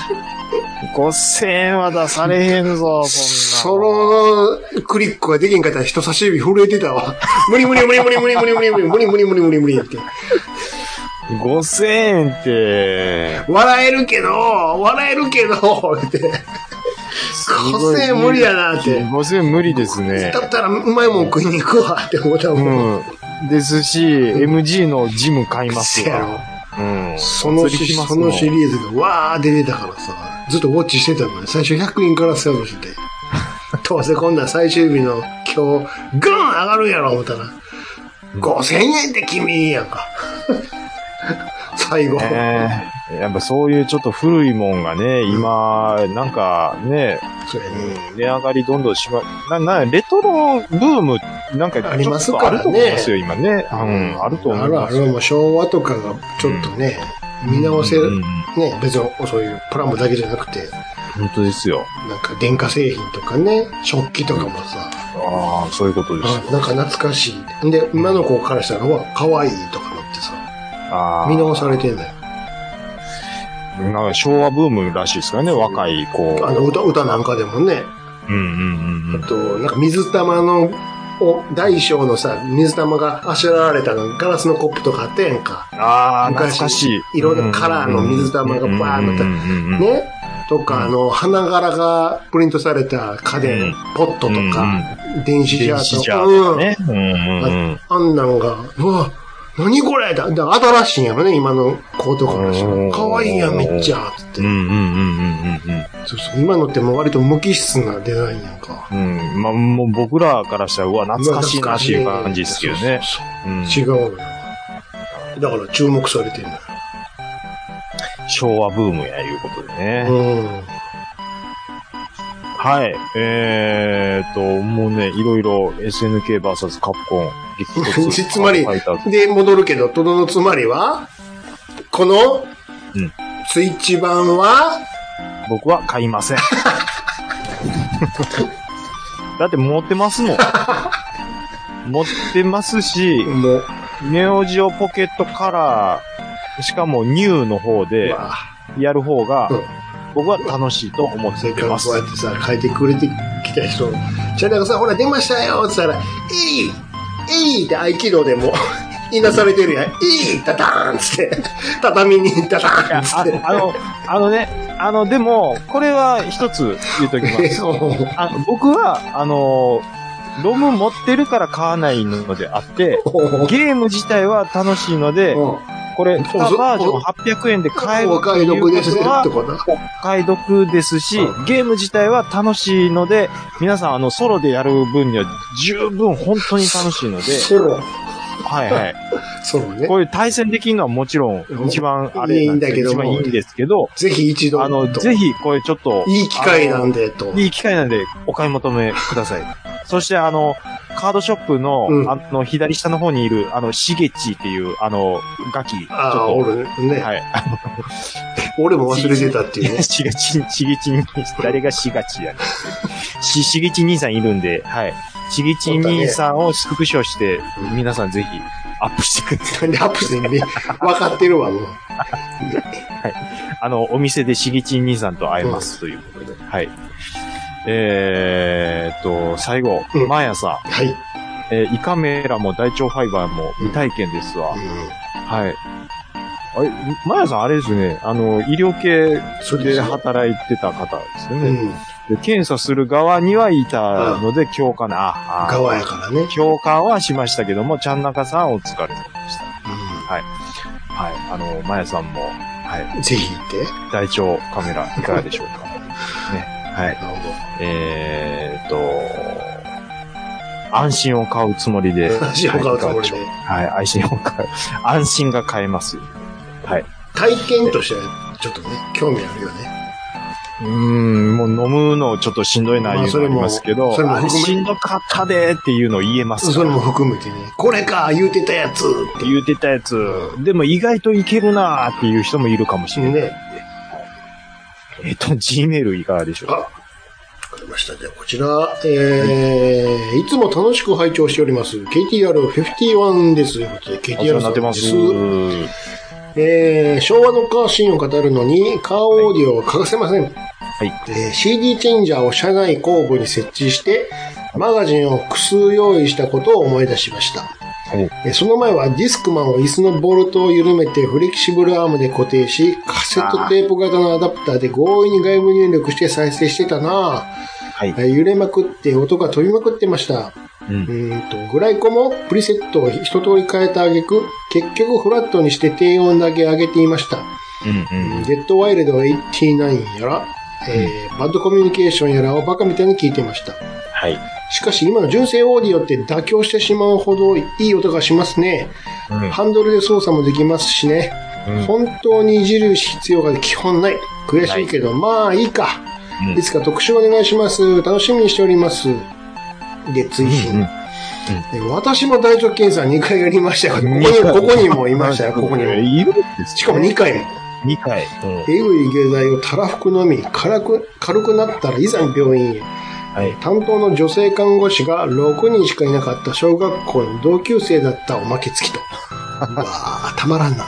!5000 円は出されへんぞ、そそんなの。の、クリックができんかったら人差し指震えてたわ。 無理無理無理無理無理無理無理無理無理無理無理無理無理って。 5000円って、笑えるけど、笑えるけど、って。5000円無理やなって。 5000円無理ですねだ。ったらうまいもん食いに行くわって思ったも。うんん。ですし、MG のジム買いますせやろわ。。うん。その釣りし、しますそものんシリーズがわーって出たからさ、ずっとウォッチしてたのね。最初100円からスタートしてて。どうせこんなん最終日の今日、グーン上がるんやろ思ったら、5000円って君やんか。最後。ねえやっぱそういうちょっと古いもんがね、今、なんかね、それにうん値上がりどんどんしま、な、な、レトロブーム、なんか、ありますからねちょっとあると思いますよ、今ね。うん、あると思あいるまあすよ。る、もう昭和とかがちょっとね、見直せうんうるん。ね、別にそういうプラモだけじゃなくて、本当ですよ。なんか電化製品とかね、食器とかもさ、ああ、そういうことですよ。あなんか懐かしい。で、今の子からしたら、うわ、可愛いとかなってさ、ああ見直されてんだよ。なんか昭和ブームらしいですからね、若い子。あの歌、歌なんかでもね、うんうんうんうん。あと、なんか水玉の、お大小のさ、水玉があしらわれたの、ガラスのコップとかあったやんか。ああ、懐かし昔い。いろんなカラーの水玉がバーンってね。ね。とか、あの、花柄がプリントされた家う電ん、ポットとか、電子ジャ電子ーとジか、ャーとうかんね。うんうんうんああんなんが、うわ、何これだ、だ新しいんやろね、今の子とかがう。んかわいいやん、めっちゃ、つって。うんうんうんうんうんうん。そうそう今のってもう割と無機質なデザインやんか。うん。まあ、もう僕らからしたら、うわ、懐かしいなっていう感じですけどね。そうそううんそう違うのよ。だから注目されてるのよ。昭和ブームやいうことでね。うん。はい。えーっと、もうね、いろいろ SNK vs カプコン、激突。つまりファイターズ、で、戻るけど、とどのつまりは、このうん、スイッチ版は、僕は買いません。 だって持ってますもん。持ってますし、もう、ネオジオポケットカラー、しかもニューの方でまあ、やる方がうん、僕は楽しいと思っせってかくまこすう。やってさ、書いてくれてきた人、じゃあなんかさん、ほら出ましたよって言ったら、えいえいって合気道でも、 い出されてるやん。いいタタンつって。 畳にタいやタンつっあて。あ の、あのね、あの、でも、これは一つ言うときます。 おあ僕は、あのーロム持ってるから買わないのであって、おゲーム自体は楽しいので、おこれ、2バージョン800円で買えるお買い得でとすねいうっはてことお買い得ですし、うんゲーム自体は楽しいので、皆さん、あの、ソロでやる分には十分本当に楽しいので、ソロ。はいはい。ソロねこ。ういう対戦できるのはもちろん、一番あれなんですいいんだけども一番いいんですけど、ぜひ一度と。あの、ぜひ、これちょっと、いい機会なんで、と。いい機会なんで、お買い求めください。そして、あの、カードショップの、うんあの、左下の方にいる、あの、しげちっていう、あの、ガキ。ちょっとああ、おるね。はい。俺も忘れてたっていうね。 しげち、しげちに、誰がしがちやねんし、しげち兄さんいるんで、はい。しげち兄さんをスクショして、皆さんぜひ、アップしてください。 なんでアップしてんね。分かってるわ、もう。あの、お店でしげち兄さんと会えます、ということで。はい。えーっと、最後う、ん毎朝、はい。うんえー胃カメラも大腸ファイバーも未体験ですわ。はい。あれ、マヤさんあれですね、あの、医療系それでで、働いてた方ですようね。ん。で検査する側にはいたので、共感な、ああ側やからね。共感はしましたけども、ちゃんなかさんお疲れ様でした。はい。あの、マヤさんも、はい。うんぜひ行って。大腸カメラいかがでし ょうか。ね。はい。なるほえーっと、安心を買うつもり で。ど。足を買うつもりで。はい、安心を買う。安心が買えます。体験としては、ちょっとね、興味あるよね。うーん、もう飲むのちょっとしんどいな、まあいうのありますけど、それもあそれもれ含めしんどかったでっていうの言えますそかれらも含めてね、これか言うてたやつって言うてたやつ、でも意外といけるなーっていう人もいるかもしれない。ね。えっと、G メールいかがでしょうあ、かわかりました。じゃあ、こちら、えー、いつも楽しく拝聴しております。KTR51 です。ということお世で、話 KTR にさなっんてでます。す。えー、昭和のカーシーンを語るのに、カーオーディオは欠かせません。いえー CD チェンジャーを車内後部に設置して、マガジンを複数用意したことを思い出しました。えーその前はディスクマンを椅子のボルトを緩めてフレキシブルアームで固定し、カセットテープ型のアダプターで強引に外部入力して再生してたなぁ。はい。えー揺れまくって音が飛びまくってました。うんーんとグライコもプリセットを一通り変えた挙句、結局フラットにして低音だけ上げていました。うんうん。ゲットワイルド89やら、えーバッドコミュニケーションやらをバカみたいに聞いてました。はい。しかし今の純正オーディオって妥協してしまうほどいい音がしますね。うんハンドルで操作もできますしね。うん本当にいじる必要が基本ない。悔しいけど、まあいいか。うんいつか特集お願いします。楽しみにしております。で、追伸。うんうんで私も大腸検査2回やりましたよ。ここに、ここにもいましたよ、ここにも。いるんですしかも2回も。 2回。うんえぐい下剤をたらふく飲み、軽く、軽くなったらいざ病院へ。はい。担当の女性看護師が6人しかいなかった小学校の同級生だったおま け付きと。うわあ、たまらんな。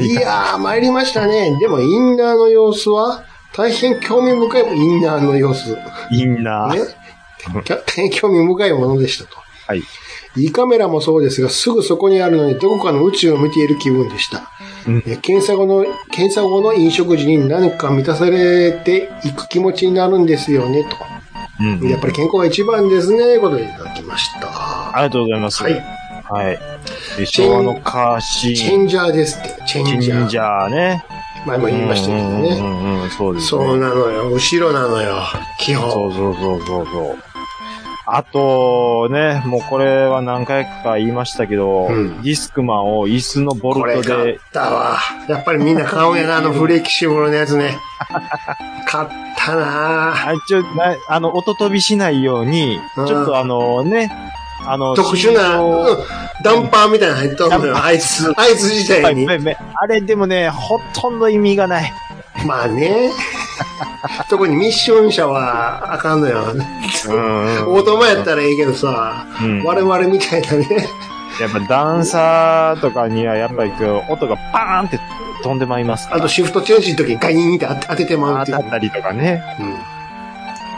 いやー、参りましたね。でも、インナーの様子は、大変興味深いインナーの様子。ね。インナー。大変興味深いものでしたと。はい。胃カメラもそうですが、すぐそこにあるのに、どこかの宇宙を見ている気分でした。うんえ検査後の、検査後の飲食時に何か満たされていく気持ちになるんですよね、と。うん。やっぱり健康が一番ですね、ということでいただきました。ありがとうございます。ははいい。で昭和のカーシチーンェンジャーですって、チェチンジャンー。ジャーね。前も言いましたけどうね。んうんうんうん、そうですね。そうなのよ、後ろなのよ、基そ本。うそうそうそうそう。あとね、もうこれは何回か言いましたけど、うんディスクマンを椅子のボこルれト買っで、たわ。やっぱりみんな買うんやな、あのフレキシブルのや つね。買ったなあぁちょなあの、音飛びしないように、うんちょっとあのね、あの、特殊な、振動うんダンパーみたいなの入っとるのよ、ダンパーアイス、アイス自体にはい。めめあれでもね、ほとんど意味がない。まあね。特にミッション車はあかんのよ。うんオートマやったらいいけどさ、うん我々みたいなね。やっぱダンサーとかにはやっぱりこう音がパーンって飛んでまいりますかあら。とシフトチェンジの時にガイーンって当ててまう当っていうた。ったりとかね。うん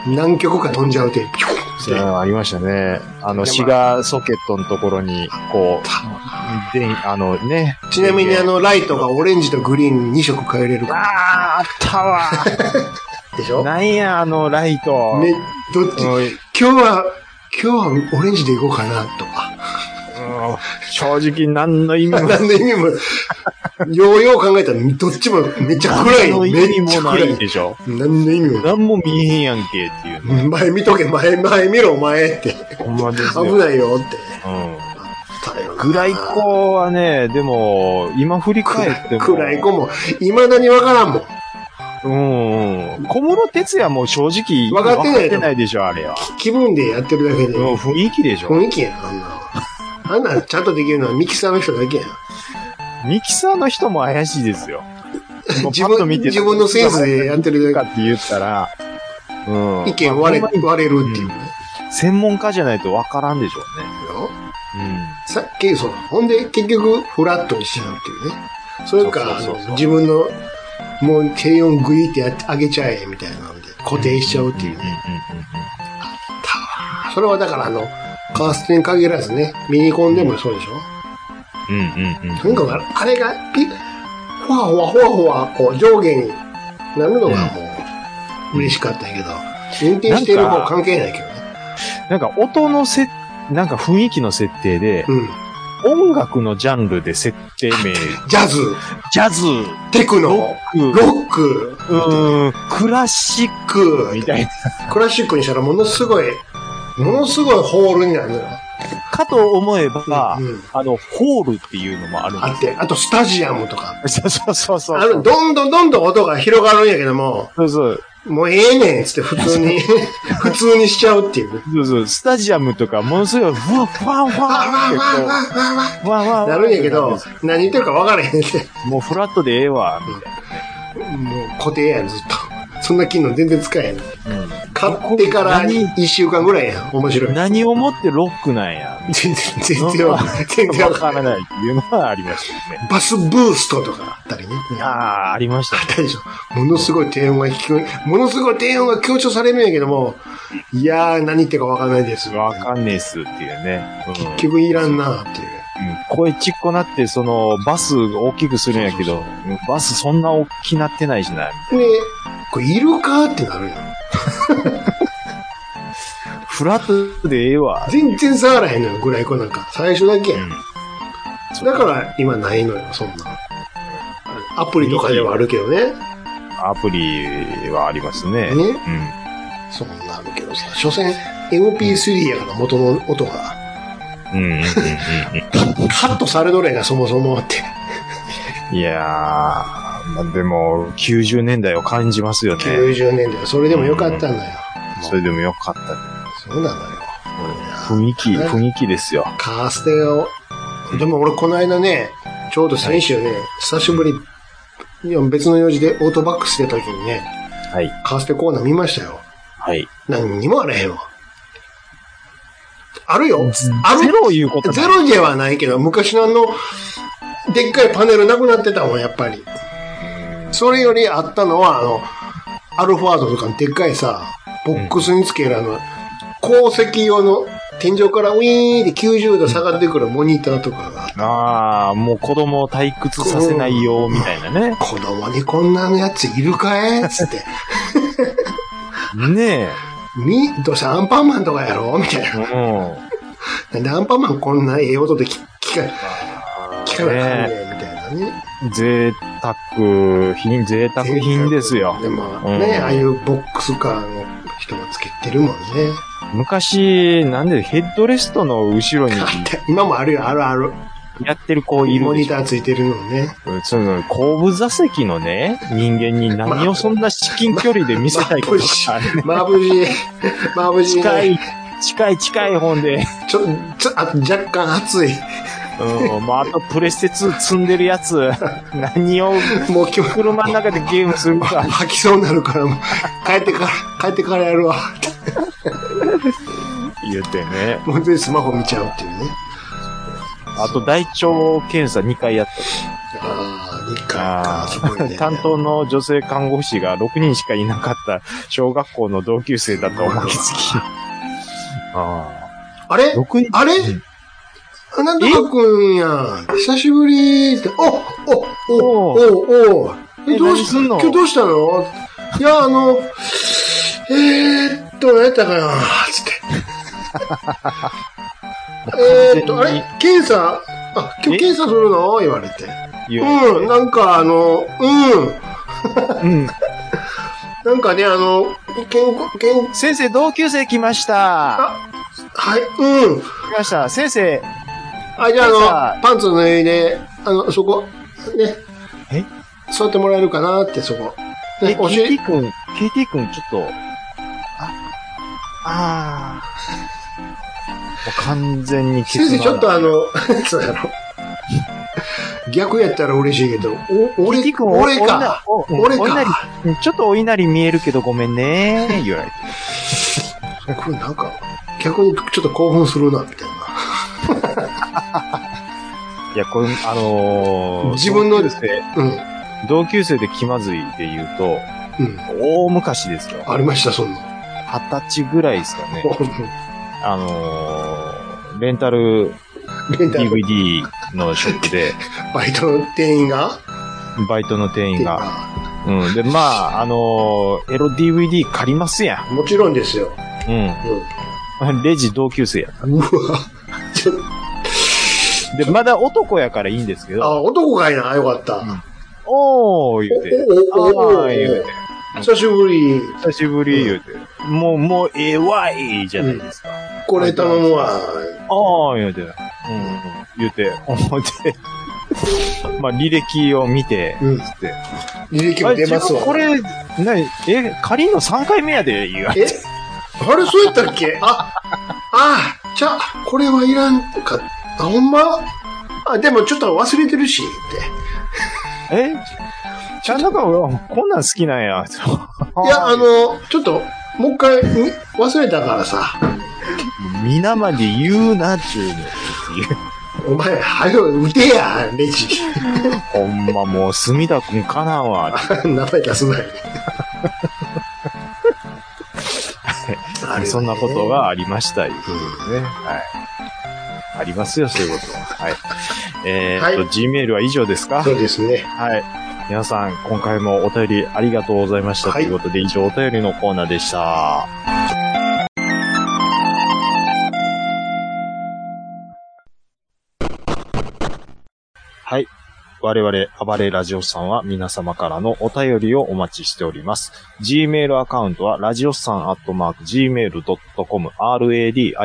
何曲か飛んじゃうて、ピョコンうんありましたね。あの、シガーソケットのところに、こう、で、あのね。ちなみにあの、ライトがオレンジとグリーン2色変えれるから。あー、あったわ。でしょ ね、なんや、あのライト。どっち、うん今日は、今日はオレンジでいこうかな、とか。 うん正直何の意味も何の意味も、ようよう考えたら、どっちもめっちゃ暗何のい。意め味っちゃもな暗いい。でしょ。何の意味もない何も見えへんやんけっていう。前見とけ、前、前見ろ、お前って。ほんまですね。危ないよって。うん。ぐ暗い子はね、でも、今振り返っても。暗い子も、未だにわからんもん。うんうん。小室哲也も正直、分かってない分かでしょ、あれは。気分でやってるだけで。うん、雰囲気でしょ。雰囲気やん、あんなの。あんなんちゃんとできるのはミキサーの人だけやん。ミキサーの人も怪しいですよ。もう自パッと分、見て自分のセンスでやってるかだって言ったら、うんけ。意。見割まあれ、割れるっていうね。専門家じゃないと分からんでしょうね。ようん。さっき、そう。ほんで、結局、フラットにしちゃうっていうね。それか、そうそうそうそう自分の、もう低音グイってやってあげちゃえ、みたいなんで、固定しちゃうっていうね。それはだからあの、カーステに限らずね、ミニコンでもそうでしょ、うんうんうん。とにかくあれがピ、ほわほわほわほわ、こう上下になるのがもう、嬉しかったんやけど、運転してるなん方か関係ないけどね。なんか音のせ、なんか雰囲気の設定で、うん。音楽のジャンルで設定名、ジャズ、ジャズ、テクノロ、ック、ロック、うーん、クラシックク、みたいな。クラシックにしたらものすごい、ものすごいホールになるのよ。かと思えば、うんあの、ホールっていうのもあるんあっでて、あとスタジアムとか。すよ。 そうそうそうあその、う。どんどんどんどん音が広がるんやけども、そうそうもうええねんっつって普 通に、普通にしちゃうっていう。そうそう。スタジアムとか、ものすごい、ふわふわふわわわってこう、わわわわふわふわなるんやけど、何言ってるか分からへんって。もうフラットでええわ、みたいもう固定やん、ずっと。そんな機能全然使えへん。な。うん買ってから何1週間ぐらいやん。面白い。何をもってロックなんや、全然、全然わかんない、全然わわかからんない。ないっていうのはありましたよね。バスブーストとかあったりね。ああ、ありましたあったでしょ。ものすごい低音が聞こえ、ものすごい低音が強調されるんやけども、いやー、何言ってるか分からないです。ね。わかんねえっすっていうね。うん結局いらんなーっていう。うん声ちっこなって、その、バス大きくするんやけど、うんバスそんな大きなってないしな。で、これいるかってなるやん。フラットでええわ。全然触らへんのよ、ぐらいこなんか。最初だけやん。そうだから今ないのよ、そんな。アプリとかではあるけどね。アプリはありますね。ねうん。そんなあるけどさ、所詮 MP3 やから元の音が。うんうんうんカットされどれがそもそもって。うん。いやー、まあ、でも、90年代を感じますよね。 90年代。それでもよかったんだよ。それでもよかった。そうなのよ。雰囲気、雰囲気ですよ。カーステを。でも俺この間ね、ちょうど先週ね、久しぶり、いや別の用事でオートバックス出た時にね、はい。カーステコーナー見ましたよ。はい。何にもあれへんわ。あるよ。あるゼロいうことゼないロではないけど、昔のあの、でっかいパネルなくなってたもん、やっぱり。それよりあったのは、あの、アルファードとかのでっかいさ、ボックスにつけるあの、鉱石用の天井からウィーンって90度下がってくるモニターとかが、ああ、もう子供を退屈させないよ、みたいなね。子供にこんなのやついるかえつって。 ねみ、どうせアンパンマンとかやろみたいえ。な。うん。なんでアンパンマンこんなええ音で聞聞か、聞かなあかんねねんみたいなね。贅沢品、贅沢品ですよ。でもうんね、ああいうボックスカーの人がつけてるもんね。昔、なんでヘッドレストの後ろ にあって今もあるよ、あるある。やってる子いるモでニしょターついてるのね。その、後部座席のね、人間に何をそんな至近距離で見せたいことか、ね、まぶしい。まぶしいね。近い、近い近い本で、ちょ、ちょ、あ若干熱い。うん、まあ、あとプレステ2積んでるやつ、何をもう今日、車の中でゲームするか。吐きそうになるから、もう帰ってから、帰ってからやるわ。言うてね。もう全然スマホ見ちゃうっていうね。あと、大腸検査2回やっああ、日た韓か、すごいね。担当の女性看護師が6人しかいなかった小学校の同級生だと思いつき、ああれあ。6日あれなんとかくんや。久しぶりって。おおおおおえ、えどう何し、すん今の日どうしたのいや、あの、えーっと、何やったかな つって。えーっと、あ完全にれ検査、あ、今日え検査するの言われて。言われうん、なんかあの、うん。てうん。なんかね、あの、健康、健、先生、同級生来ました。あ、はい、うん。来ました。先生、あ、じゃじあ、ゃああの、パンツ脱いで、あの、そこ、ね。え座ってもらえるかなって、そこ。え、ね、お尻、 KT 君、KT 君、ちょっと、あ、あー。もう完全に先生、ちょっとあの、 そうやろ。逆やったら嬉しいけど、お、俺 KT 君、、お俺か。おお俺お稲荷か。うんちょっとお稲荷見えるけどごめんね。 言われて。これなんか、逆にちょっと興奮するな、みたいな。いや、これ、あのー、自分の同級生、うん。同級生で気まずいで言うと、うん。大昔ですよ。ありました、そんな。 二十歳ぐらいですかね。あのー、レンタルレンタル、 DVD のショップで、バイトの店員がバイトの店員が。がうん。で、まあ、あのー、エロ DVD 借りますやもちろんですよ。ん。うん。レジ同級生や。うん。うわ。ちょっで、まだ男やからいいんですけと、ど、あ、男かいな、よかった。おー言うて、おおおおあー言うて、久しぶり。久しぶり言うて、もう、もう、ええわいじゃないですか。これ頼むわ。ああ、言うて、うん、言うて、思って、 まあ、履歴を見て、うんつって、履歴も出ますわ。あこれ、なえ、仮の3回目やで、言われえて。あれ、そうやったっけあ、あ、じゃあ、これはいらんか。あ、ほんまあ、でもちょっと忘れてるし、って。えちゃんなんか、こんなん好きなんや。いや、あ、の、ちょっと、もう一回、み忘れたからさ。 皆まで言うな、ちゅうの。お前、はよ、打てや、レジ。 ほんまもう、墨田くんかなんわ。名前出す なよ。あるよねそんなこと。がありました、いうことでね。はい。ありますよ、そういうことは。はい。えーっと、は G メールは以上ですかそうですね。はい。皆さん、今回もお便りありがとうございました。はいということで、以上お便りのコーナーでした。はい。我々、暴れラジオスさんは皆様からのお便りをお待ちしております。Gmail アカウントは、ラジオスさんアットマーク gmail.com、radiossan ア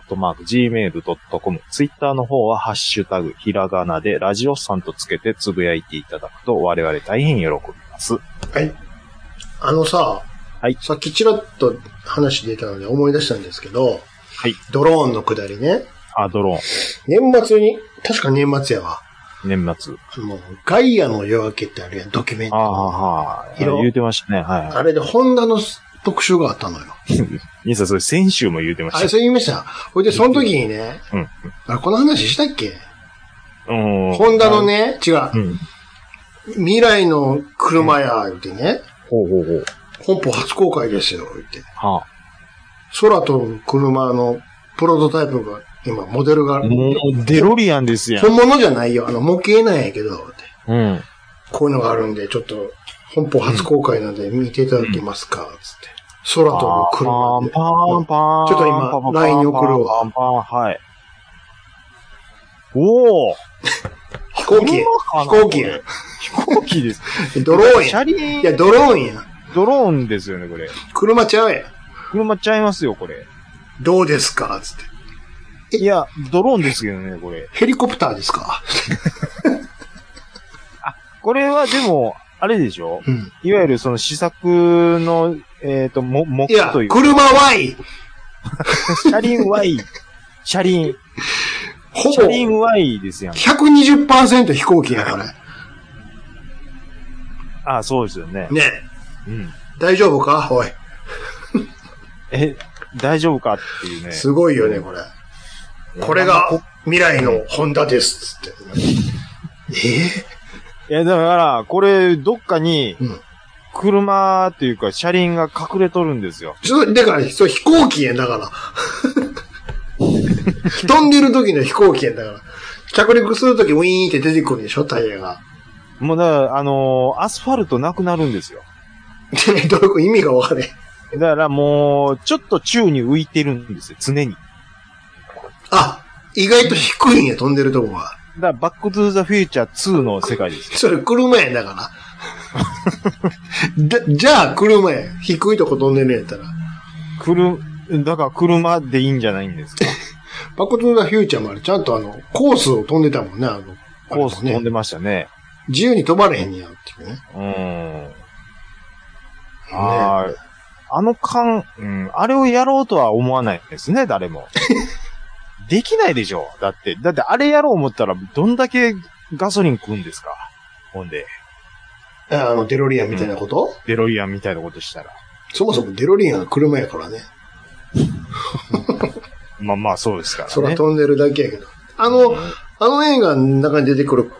ットマーク gmail.com、Twitter の方は、ハッシュタグ、ひらがなで、ラジオスさんとつけてつぶやいていただくと、我々大変喜びます。はい。あのさ、はいさっきちらっと話出たので思い出したんですけど、はい。ドローンの下りね。あ、ドロー年末に、確か年末やわ。ン、年末。もう、ガイアの夜明けってあるやん、ドキュメンあト。あ、あはあ、いろ言うてましたね。はれで、ホンダの特集があったのよ。い。兄さん、それ先週も言うてまあれ、しそう言いました。ほいで、その時にね、うんあれ、この話したっけた。うん。ホンダの。ね、違うう、ん。未来の車や、言ってね、ほうほうほう。本邦初公開ですよ、言って。はあ。空飛ぶ車のプロトタイプが、今、モデルが、もう、デロリアンですやん。本物じゃないよ、あの、模型なんやけど、ってうん。こういうのがあるんで、ちょっと、本邦初公開なんで見ていただけますか、つって。空飛ぶ車で。パーン、パーン、ちょっと今パン LINE に送るわパン、パン、パン、はい。おお飛行機。飛飛行機や飛行機です。ドローンや車。輪いや、、ドローンや。ドローンですよね、これ。車ちゃうやん。車ちゃいますよ、これ。どうですかつって。いや、ドローンですけどね、これ。ヘリコプターですかこれはでも、あれでしょうん。いわゆるその試作の、えっ、と、も、目いや、というか、車はい、車輪 Y。車輪。ほぼ車輪 Y ですやん。 120%飛行機やから。あ、そうですよね。ねうん。大丈夫かおい。え、大丈夫かっていうね。すごいよね、これ。これが未来のホンダです。つって。えいや、だから、これ、どっかにうん、車っていうか、車輪が隠れとるんですよ。ちょっと、だから、そう飛行機やんだから。飛んでる時の飛行機やんだから。着陸するときウィーンって出てくるでしょ、タイヤが。 もうだから、あのーアスファルトなくなるんですよ。でどういうこと意味がわかんない。だからもう、ちょっと宙に浮いてるんですよ、常に。あ、意外と低いんや、飛んでるとこは。だから、バックトゥーザフューチャー2の世界です。それ車やんだから。 だじゃあ車やん。低いとこ飛んでるんやったら。くる、だから車でいいんじゃないんですか。バックトゥーザフューチャーもあれ、ちゃんとあの、コースを飛んでたもんね、あの。コース飛んね。でましたね。自由に飛ばれへんやんっていうね。うん。はい。あの間、うん、あれをやろうとは思わないですね、誰 も。できないでしょ。だって、だってあれやろう思ったら、どんだけガソリン食うんですか。ほんで、あの、デロリアンみたいなこと、デロリアンみたいなことしたら。そもそもデロリアンは車やからね。まあまあ、そうですからね。空飛んでるだけやけど。あの、あの映画の中に出てくる、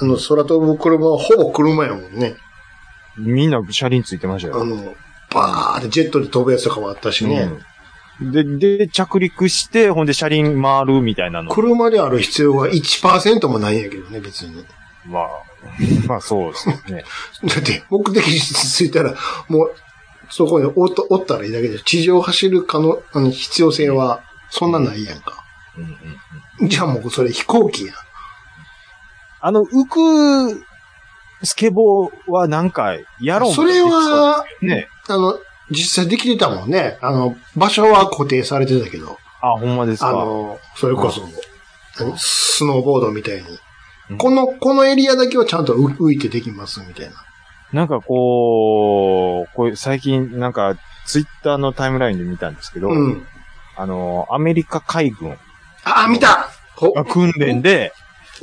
あの、空飛ぶ車はほぼ車やもんね。みんな車輪ついてましたあよ。の、バーってジェットで飛ぶやつとかもあったしね。うんで、で、着陸して、ほんで車輪回るみたいなの。車である必要が1%もないんやけどね、別に。まあ、まあそうですね。だって、目的地着いたら、もう、そこにおっとおったらいいだけで、地上を走る可能、あの、必要性は、そんなないやんか。うんうんじゃあもうそれ飛行機やん。あの、浮く、スケボーは何回やろうそれは、ね。あの、実際できてたもんね。あの、場所は固定されてたけど、あ、ほんまですあか。の、それこそ、何スノーボードみたいに、うんこの、このエリアだけはちゃんと浮浮いてできますみたいな。なんかこう、こう最近なんかツイッターのタイムラインで見たんですけど、うん。あの、アメリカ海軍あ、見たほが訓練で、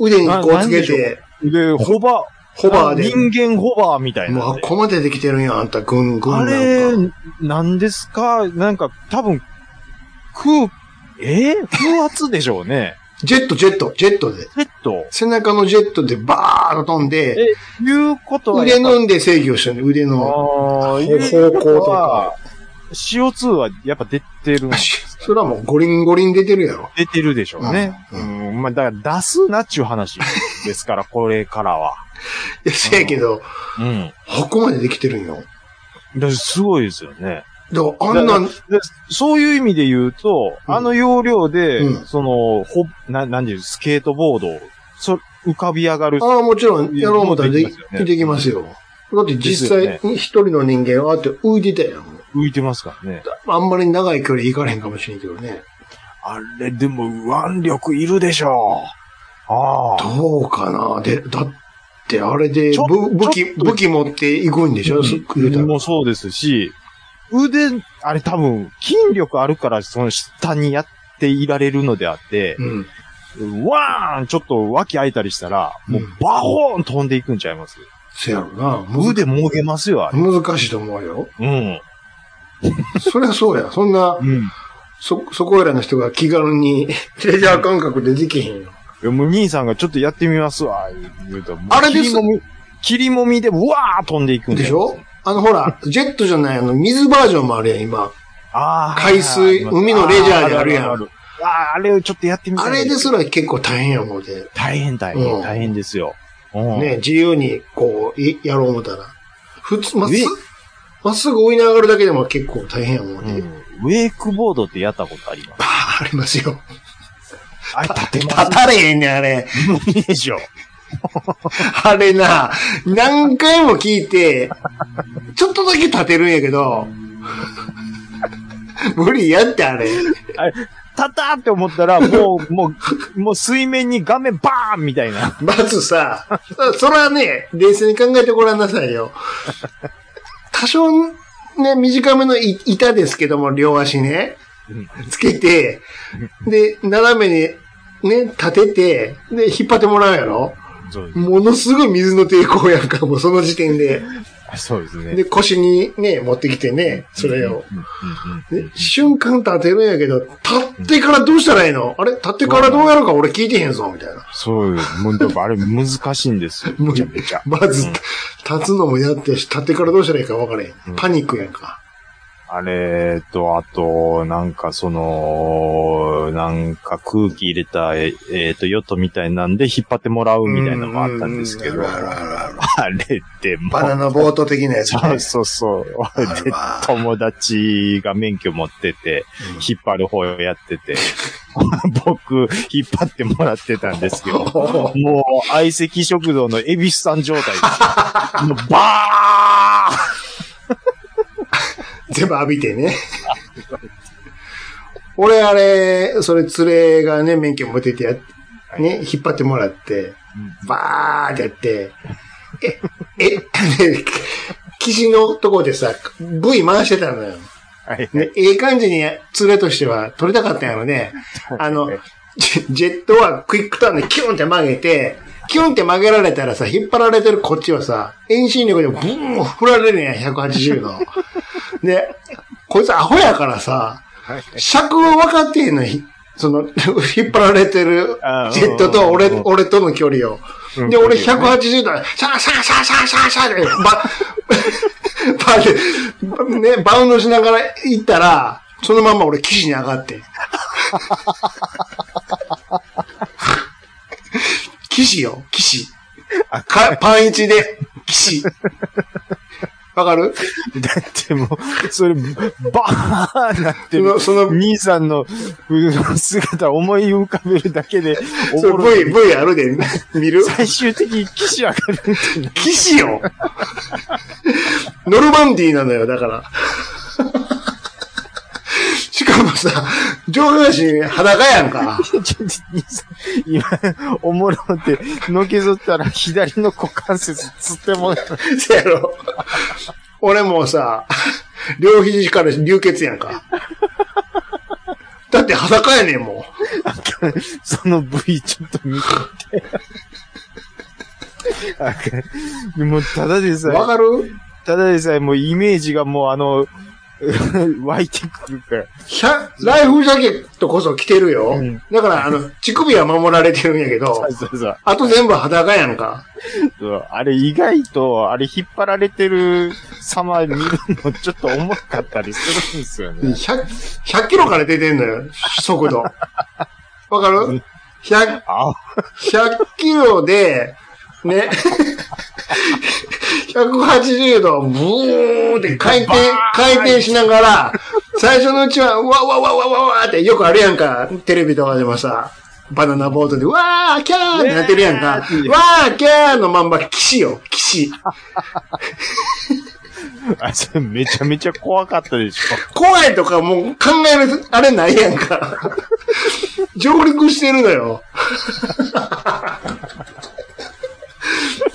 腕にこうなつなんでけしょうて、で、ホバー、ホバーで。人間ホバーみたいもうなあんで。こまでできてるんや、あんた、軍、軍あなんか。れ、なんですかなんか多分、空、えー風圧でしょう ね。ジェット、ジェット、ジェットで。ペット。背中のジェットでバーッと飛んで、え、いうことはやっ腕ぱ、のんで制御してる腕の。あー方いうこ方向とかは CO2 はやっぱ出てるんそれはもうゴリンゴリン出てるやろ。出てるでしょうね。ううん、まあ、だから出すなっちゅう話です から、これからは。いや、せやけど、うん。ここまでできてるんよ。だからすごいですよね。だから、あんなん、でそういう意味で言うと、うんあの要領で、うんその、ほ、な、なんていう、スケートボードを、そ、浮かび上がる。ああ、もちろん、やろう思ったらでできますよねできますよ。だって実際、です一人の人間はあって浮いてたやん。浮いてますからね。あんまり長い距離行かれへんかもしれんけどね。あれ、でも、腕力いるでしょう。ああ。どうかなで、だってあれでちょ武武ちょ器っ、と武器持っていくんでしょ、そう言うたらもそうですし、腕、あれ多分、筋力あるから、その下にやっていられるのであって、うん。わーンちょっと脇開いたりしたら、もうバホーン飛んでいくんちゃいますせやろな。む腕もげますよ、あれ。難しいと思うよ。うん。そりゃそうや。そんな、うん。いそ、そこらの人が気軽に レジャー感覚でできへんよ。やもう兄さんがちょっとやってみますわ、言うと。もうあれで切すりもみ、切りもみで、わー飛んでいくんでちゃいしますょあのほら、ジェットじゃない、あの、水バージョンもあるやん、今。ああ。海水はいはいはい海のレジャーであるやんあるあるあーあれをちょっとやってみたいあれですら結構大変やもんで。大変大変、うん大変ですよ。うんね、自由に、こう、いやろう思ったら。普通、まっすねぐ、まっすぐ追いながらだけでも結構大変やもんうね。んウェイクボードってやったことありますバ ーありますよ。あれ立てま立たれへんねん、あれ。すもんでしょ。 あれな、何回も聞いて、ちょっとだけ立てるんやけど、 無理やって、あれ。あれ、たたーって思った ら、もう、もう、もう水面に画面バーンみたいな。まずさ、そそらね、冷静に考えてごらんなさ いよ。多少ね、短めのい板ですけども、両足ねうん、つけて、で、斜めにね、立てて、で、引っ張ってもらうやろものすごい水の抵抗やんか、もうその時点で。そうですね。で、腰にね、持ってきてね、それを。うんうんで瞬間立てるんやけど、立ってからどうしたらいいのあれ立ってからどうやるか俺聞いてへんぞ、みたいな。そうです。もうでもあれ難しいんですよ。めちゃめちゃ。 まず、立つのもやってし、立ってからどうしたらいいか分からへん。パニックやんか。あれと、あと、なんかその、なんか空気入れた、えっ、えーと、ヨットみたいなんで引っ張ってもらうみたいなのがあったんですけど、うあるあるあるあれってもバナう、ナボート的なやつね。そうそう そう。 で、友達が免許持ってて、引っ張る方やってて、 僕、引っ張ってもらってたんです けど、もう、相席食堂のエビスさん状態 です。もうバー全部浴びてね。 俺、あれ、それ連れがね、免許持っててや、ね、引っ張ってもらって、バーってやって、え、え、 で岸のとこでさ、V 回してたのよ。はいね、ええ感じに連れとしては取りたかったんやろね。あの、ジェジェットはクイックターンでキュンって曲げて、キュンって曲げられたらさ、引っ張られてるこっちはさ、遠心力でブーン振られるんや、180度。で、こいつアホやからさ、尺を分かってへんのに、その、 引っ張られてるあージェットと俺、うん俺との距離を。うんで、俺180度、シャーシャーシャーシャーシャーシャーで、ば、ばで、ね、バウンドしながら行ったら、そのまま俺、岸に上がって。 岸よ、岸。かパン一で、岸。わかるだってもう、それ、バーンなってる。そのその兄さんのうん姿を思い浮かべるだ けで、おそれもろい V、V あるで、見る最終的に騎士上がるっていうの騎士よノルマンディーなのよ、だから。しかもさ、上半身裸やんか。ちょっと兄さん、今、おもろって、のけぞったら左の股関節つっても、せやろ。俺もさ、両肘から流血やんか。だって裸やねん、もその部位ちょっと見て。あかんもうただでう。さえわかるただでさえもうイメージがもうあの、 湧いてくるから。ひゃライフジャケットこそ着てるよ。うんだから、あの、乳首は守られてるんやけどそう、そうそう。あと全部裸やんか。そうあれ意外と、あれ引っ張られてる様見るのちょっと重かったりするんですよね。 100, 100キロから出てんのよ、速度。わかる ?100、あ、 100キロで、ね、180度、ブーンって回転、回転しながら、最初のうちは、わわわわわわってよくあるやんか、テレビとかでもさ、バナナボートで、わー、キャーってなってるやんか、わー、キャーのまんま、岸よ、岸。あそれめちゃめちゃ怖かったでし怖いとかもう考える、あれないやんか。上陸してるのよ。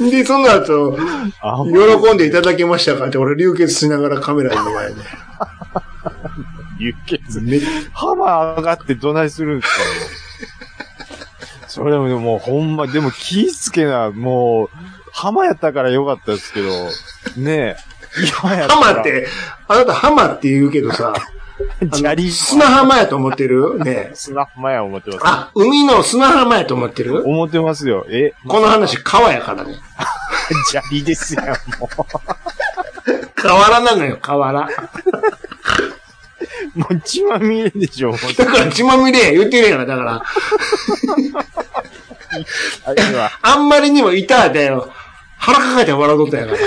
で、その後、ょ。あ、喜んでいただけましたかって、俺流血しながらカメラの前で。流血。めハマー上がってどないするんですかね。それももうほんま、でも気ぃつけな、もう、ハマやったからよかったですけど、ねえ。今やハマっ。て、あなたハマって言うけどさ、砂利、砂浜やと思ってるねえ砂浜や思ってます。あ、海の砂浜やと思ってる思ってますよ。え、この話川やからね。砂利ですよ、も河原なのよ、河原。う。もう血まみれでしょ、もうだから血まみれや言ってるやんから、だから。あれは。あんまりにも痛いで、腹抱えて笑うとったやから。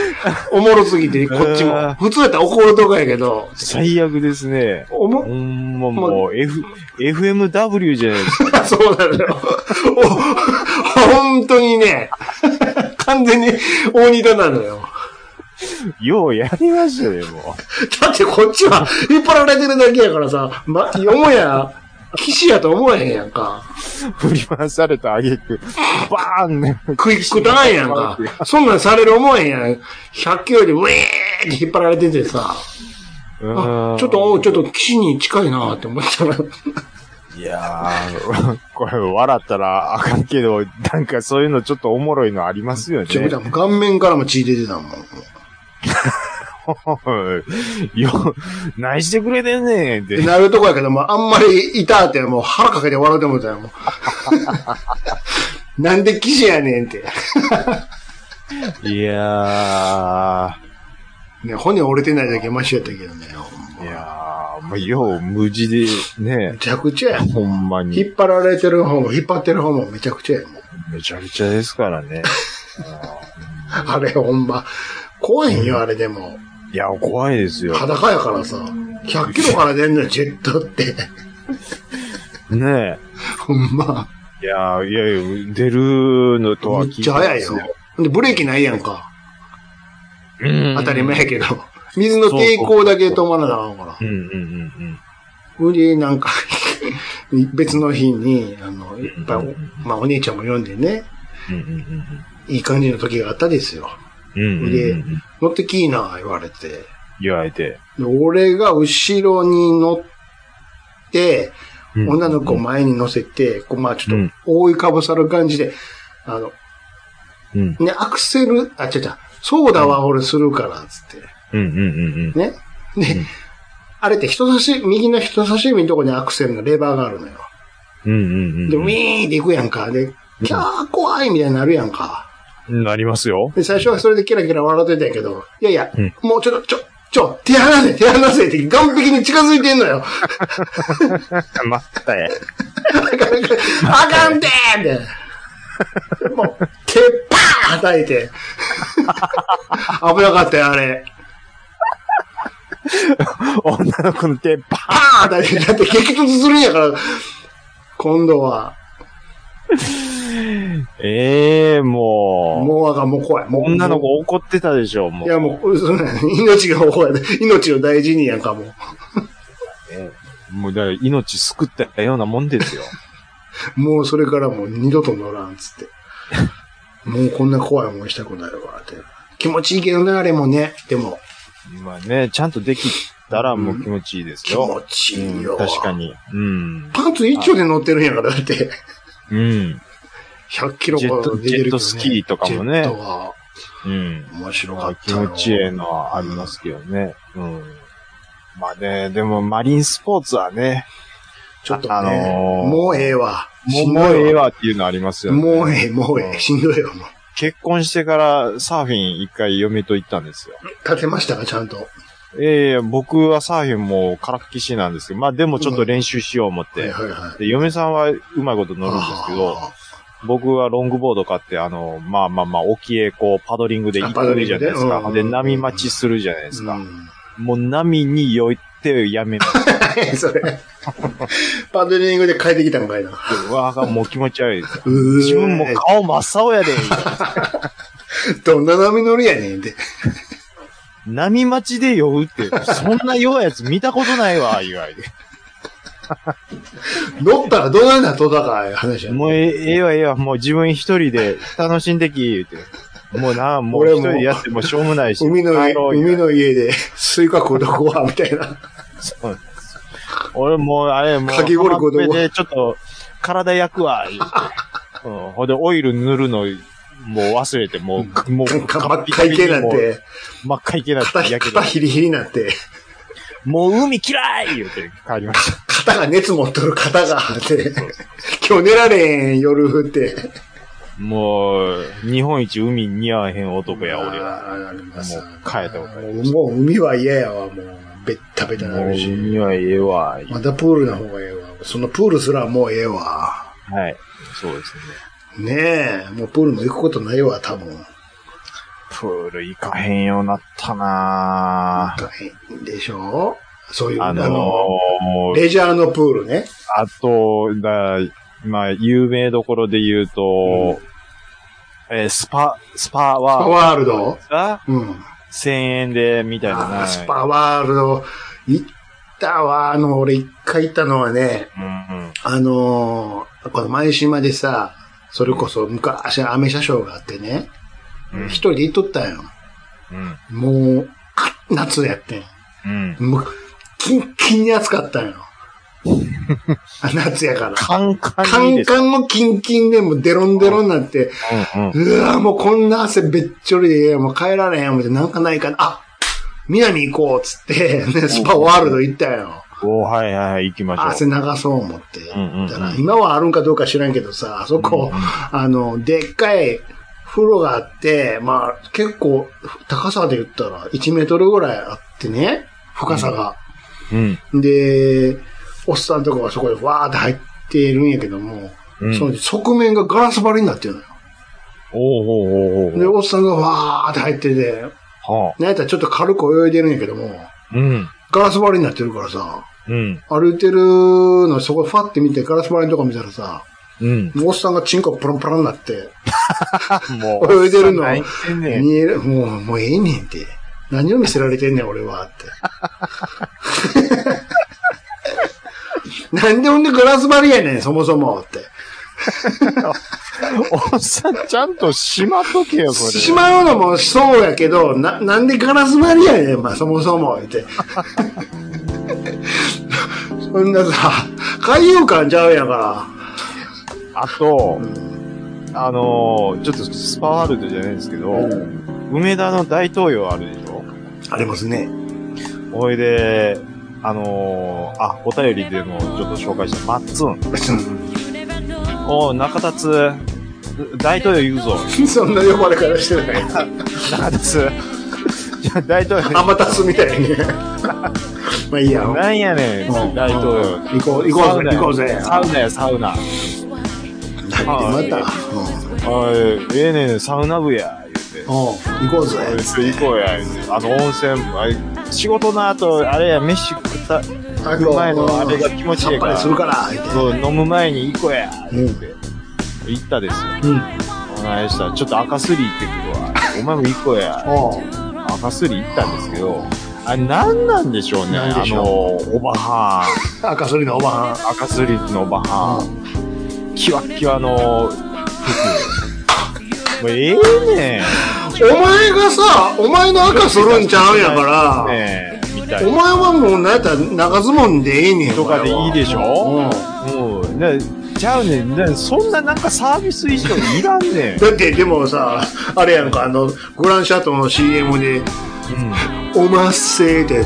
おもろすぎて、こっちうもん。普通やったら怒るとこやけど、最悪ですね。おほも、んまもう、F、FMW じゃないですか。そうなの よ。お本当にね、完全に大仁田なのよ。ようやりましたね、もだってこっちは引っ張られてるだけやからさ、ま、よもや、騎士やと思えへんやんか。う。振り回された挙句、バーンね。クイックターンやんか。そんなんされる思えへんやん。100キロでウェーって引っ張られててさ、あちょっと、おちょっと騎士に近いなって思ったら。と。いやー、これ笑ったらあかんけど、なんかそういうのちょっとおもろいのありますよね。ちょ、見たもん顔面からも血出てたもん。よ、何してくれてんねんってて。なるとこやけど、まあ、あんまりいたって、もう腹かけて笑うてもうた よ、もう。なんで記事やねんって。いやね、骨折れてないだけマシやったけどね。ー、いやー、まあ、よう無事でねめ、ちゃくちゃや。ほんまに、引っ張られてる方も、引っ張ってる方もめちゃくちゃやもん。めちゃくちゃですからね。あれ、ほんま。怖いんよ、あれでも。いや、怖いですよ。裸やからさ。100キロから出んのよ、ジェットって。 ねえ。ほんま。いや、いやいや、出るのとはめっ聞いちてゃな早いですよ。ほんで、ブレーキないやんか。うん。当たり前やけど。水の抵抗だけ止まらなあかんから。うんうんうん無理なんか、 別の日に、あの、いっぱいお、まあお姉ちゃんも読んでね、うん。うんうんいい感じの時があったですよ。うんうん。うんうんでうん。、乗ってきいな、言われて。言われて。で俺が後ろに乗って、うん女の子を前に乗せて、こう、まあちょうっんと、覆いかぶさる感じで、あの、うん。ね、アクセル、あ、違う違う、ソーダは俺するから、つって。うんうんうんね。で、うんあれって人差し指、右の人差し指のとこにアクセルのレバーがあるのよ。うん。うんうんうん。で、ウィーンって行くやんか。で、キャー怖いみたいになるやんか。なります よ。で、最初はそれでキラキラ笑ってたんやけど、いやいや、うんもうちょっと、ちょ、ちょ、手離せ、手離せって、岸壁に近づいてんの よ。またや。あかんあかんあかんてーって。もう、手パーン叩いて。危なかったよ、あれ。女の子の手、パパーン叩いて、だって激突するんやから、今度は。ええももうあかん、もう怖い。もう。う女の子怒ってたでしょ、も。いうや、もう、そんな命が怖い。命を大事にやんか、もう。もう、だから命救ったようなもんですよ。 もうそれからもう二度と乗らんっつって。もうこんな怖い思いしたくないわって。気持ちいいけどね、あれもね。でも、今ね、ちゃんとできたらもう気持ちいいです気よ。持ちいいよ。うん確か。に。うん。パンツ一丁で乗ってるんやから、だって。うん。 100キロジェット出てるけど、ね、ジェットスキーとかもねジェットはうん。面白まかあ、った気よ。持ちええのはありますけどね。うん。まあね、でもマリンスポーツはね、ちょっとね、あのーもうええわ。もしうんどもいうええわっていうのありますよね。もうええ、もうえうえ。んしんどいよ、もう。結婚してからサーフィン一回嫁と行ったんですよ。立てましたか、ちゃんと。ええ僕はサーフィンもうからっきしなんですけど、まあでもちょっと練習しよう思っはいて。はいはい。で、嫁さんはうまいこと乗るんですけど、あ僕はロングボード買って、あの、まあまあまあ、沖へこう、パドリングで行あパドリくングでじゃないですうんかう。んで、波待ちするじゃないですー、うか。ん もう波に酔ってやめました。何やそ れ。パドリングで帰ってきたんかいな。うわあ、もう気持ち悪いです。うー自分も顔真っ青やで。みたいなどんな波乗りやねんって。波待ちで酔うって、そんな酔うやつ見たことないわ、言われて。乗ったらどうなんだとだかいう話やね ん。もうええええわ、ええわ、もう自分一人で楽しんでき、言うて。もうな、もう俺一も人でやってもしょうもないし。海の帰家、ろう言うて海の家で、スイカ食うとこは、みたいな。そうなんです俺もう、あれ、もう、かき氷子供浜辺でちょっと、体焼くわ、言うて。うん。ほんで、オイル塗るの、もう忘れて、もう、もう、なんか真っ赤い系なん。て、真っ赤いけなんて、肩、やけど肩、ヒリヒリなんて、もう海嫌い言うて、帰りました。肩が熱持っとる肩が、って。今日寝られへん、夜って。もう、日本一海似合わへん男や、俺は。は。ありますもう帰ったことありもう海は嫌やわ、もう。べったべたなもうるし。海はええわ。またプールの方がええわ。そのプールすらもうええわ。はい。そうですね。ねえ、もうプールも行くことないわ、多分。プール行かへんようになったなぁ。はい。でしょそういう、ああののー、もうレジャーのプールね。あと、だまあ、有名どころで言うと、えースパ、スパスパは、ワールド。がうん。 1000円で、みたいなあなーい。スパワールド、行ったわ。あの、俺一回行ったのはね、うんうん。あのーこの前島でさ、それこそ昔、アメ車ショーがあってね、うん一人で行っとったんよ。うん。もう、あ夏やってん。うん。 もう、キンキンに暑かったんよ。夏やから。カンカカンにンです。カンもキンキンでもうデロンデロンになって、うんうん。うわもうこんな汗べっちょりで、もう帰られへん思って、なんかないかな。あ南行こうっつって、ね、スパワールド行ったよ。おはいはいはい、行きましょう。汗流そう思って。んうんうんだから今はあるんかどうか知らんけどさ、あそこ、あの、でっかい風呂があって、まあ、結構、高さで言ったら1メートルぐらいあってね、深さが。うん。で、おっさんとかがそこでわーって入ってるんやけども、うんその側面がガラス張りになってるのよ。おうおうおうで、おうおっさんがわーって入ってて、はなんやったらちょっと軽く泳いでるんやけども、あ。うん。ガラス張りになってるからさ、うん。歩いてるのそこファって見てガラス張りのとこ見たらさ、うん。もうおっさんがチンコプランプランになって、も 泳いでるの泣いてんねん見える、もう、もうええねんって。何を見せられてんねん、俺は、って。 なんでほんでガラス張りやねん、そもそも、って。おっさん、ちゃんとしまっとけよ、それ。しまうのもそうやけど、な、なんでガラス張りやねん、まあ、そもそも、って。 そんなさ、海遊館ちゃうやから。あと、あのー、ちょっとスパワールドじゃないですけど、梅田の大東洋あるでしょありますね。 おいで、あのー、あ、お便りでもちょっと紹介した、マッツン。おう中達、大東洋言うぞ。そんな呼ばれ方してない。中達。 じゃあ大東アマタスみたいに。 まあいいや。洋。なんやねん、うん大東洋。行こう、行こうぜ、行こうぜ。サウナや、サウナ。まはいた、おい、ええねん、サウナ部や、言うて。うん、行こうぜ。行こうや、あの、温泉、あれ仕事の後、あれや、飯食った、あの前のあれが気持ちいいからさっぱりするから、そう飲む前に行こうや、うん言うて。行ったですよ。うん。お願いしたらちょっと赤すり行ってくるわ。お前も行こうや。おう赤すり行ったんですけど、あれ何なんでしょうね、何あでしょうの、おばはん。赤すりのおばはん。赤スリのバハン、キワッキワの服。もうええねお前がさ、お前の赤するんちゃうんやかん。ら、ねえ、みたいおな。前はもうなんやったら長ズボンでええねん。とかでいいでしうょん。もう、ね、ちゃうねん。ねそんななんかサービス以上いらんね ん。だってでもさ、あれやんか、あの、グランシャトーの CM で、おまっせーで、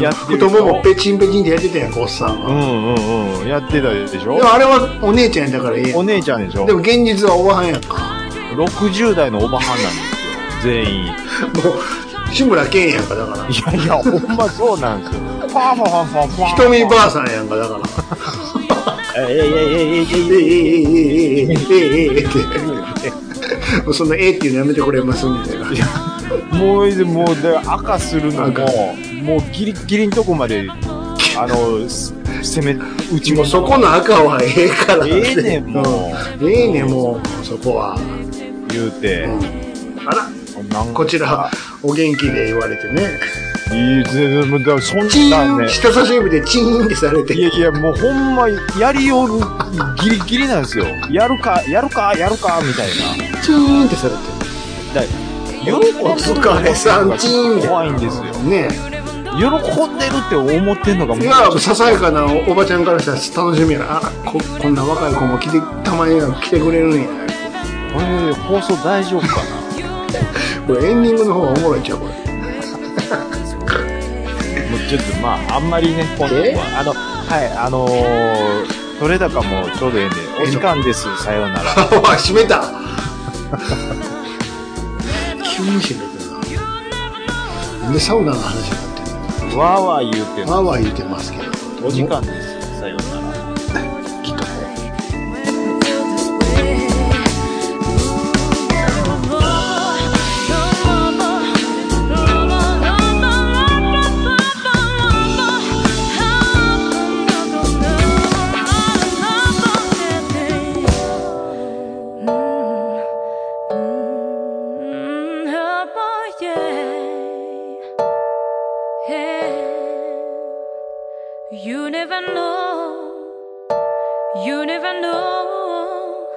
やってる太ももペチンペチンでやってたやんか、おっさんうんは。うんうん。やってたでしでょもあれはお姉ちゃんやだからええやおん。姉ちゃんでしょでも現実はおばはんやんか。 ?60 代のおばはんなんですよ。全 員。いもう、志村けんやんか、だから。やいや、ほんまそうなんですよ。パーファンファンファン。瞳ばあさんやんか、だから。ええええええええええええええええええええって。もうそんなええっていうのやめてくれますみたいな。もう、もう、で赤するのも赤、もうギリギリのとこまで、あの、す攻め、打ちもうそこの赤はええからって。ええねんもう。ええねんもう、そこは。言うて、あら、なんこちら、お元気で言われてね。いいぜ、もうだからそチんなんーン、ね、人差し指でチーンってされて。いやいや、もうほんま、やりよる、ギリギリなんですよ。やるか、やるか、やるか、みたいな。チーンってされて。だ喜んでるお疲れさん、チーンって。怖いんですよ。ね喜んでるって思ってんのがも、いうや、ささやかなおばちゃんからしたら楽しみやな。あこ、こんな若い子も来て、たまには来てくれるんや。これ放送大丈夫かなこれエンディングの方がおもろいっちゃう、これ。もうちょっとまああんまりね今度えはあのはいあのー、取れ高もちょうどええんでお時間ですさようならあ、おい、閉めた 急に閉めたな。なんでサウナの話になってるわーわー言うてんののわーわー言うてますけど。お時間ですさようならきっとね。 You never know, you never know.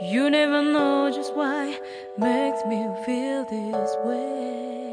You never know just why makes me feel this way.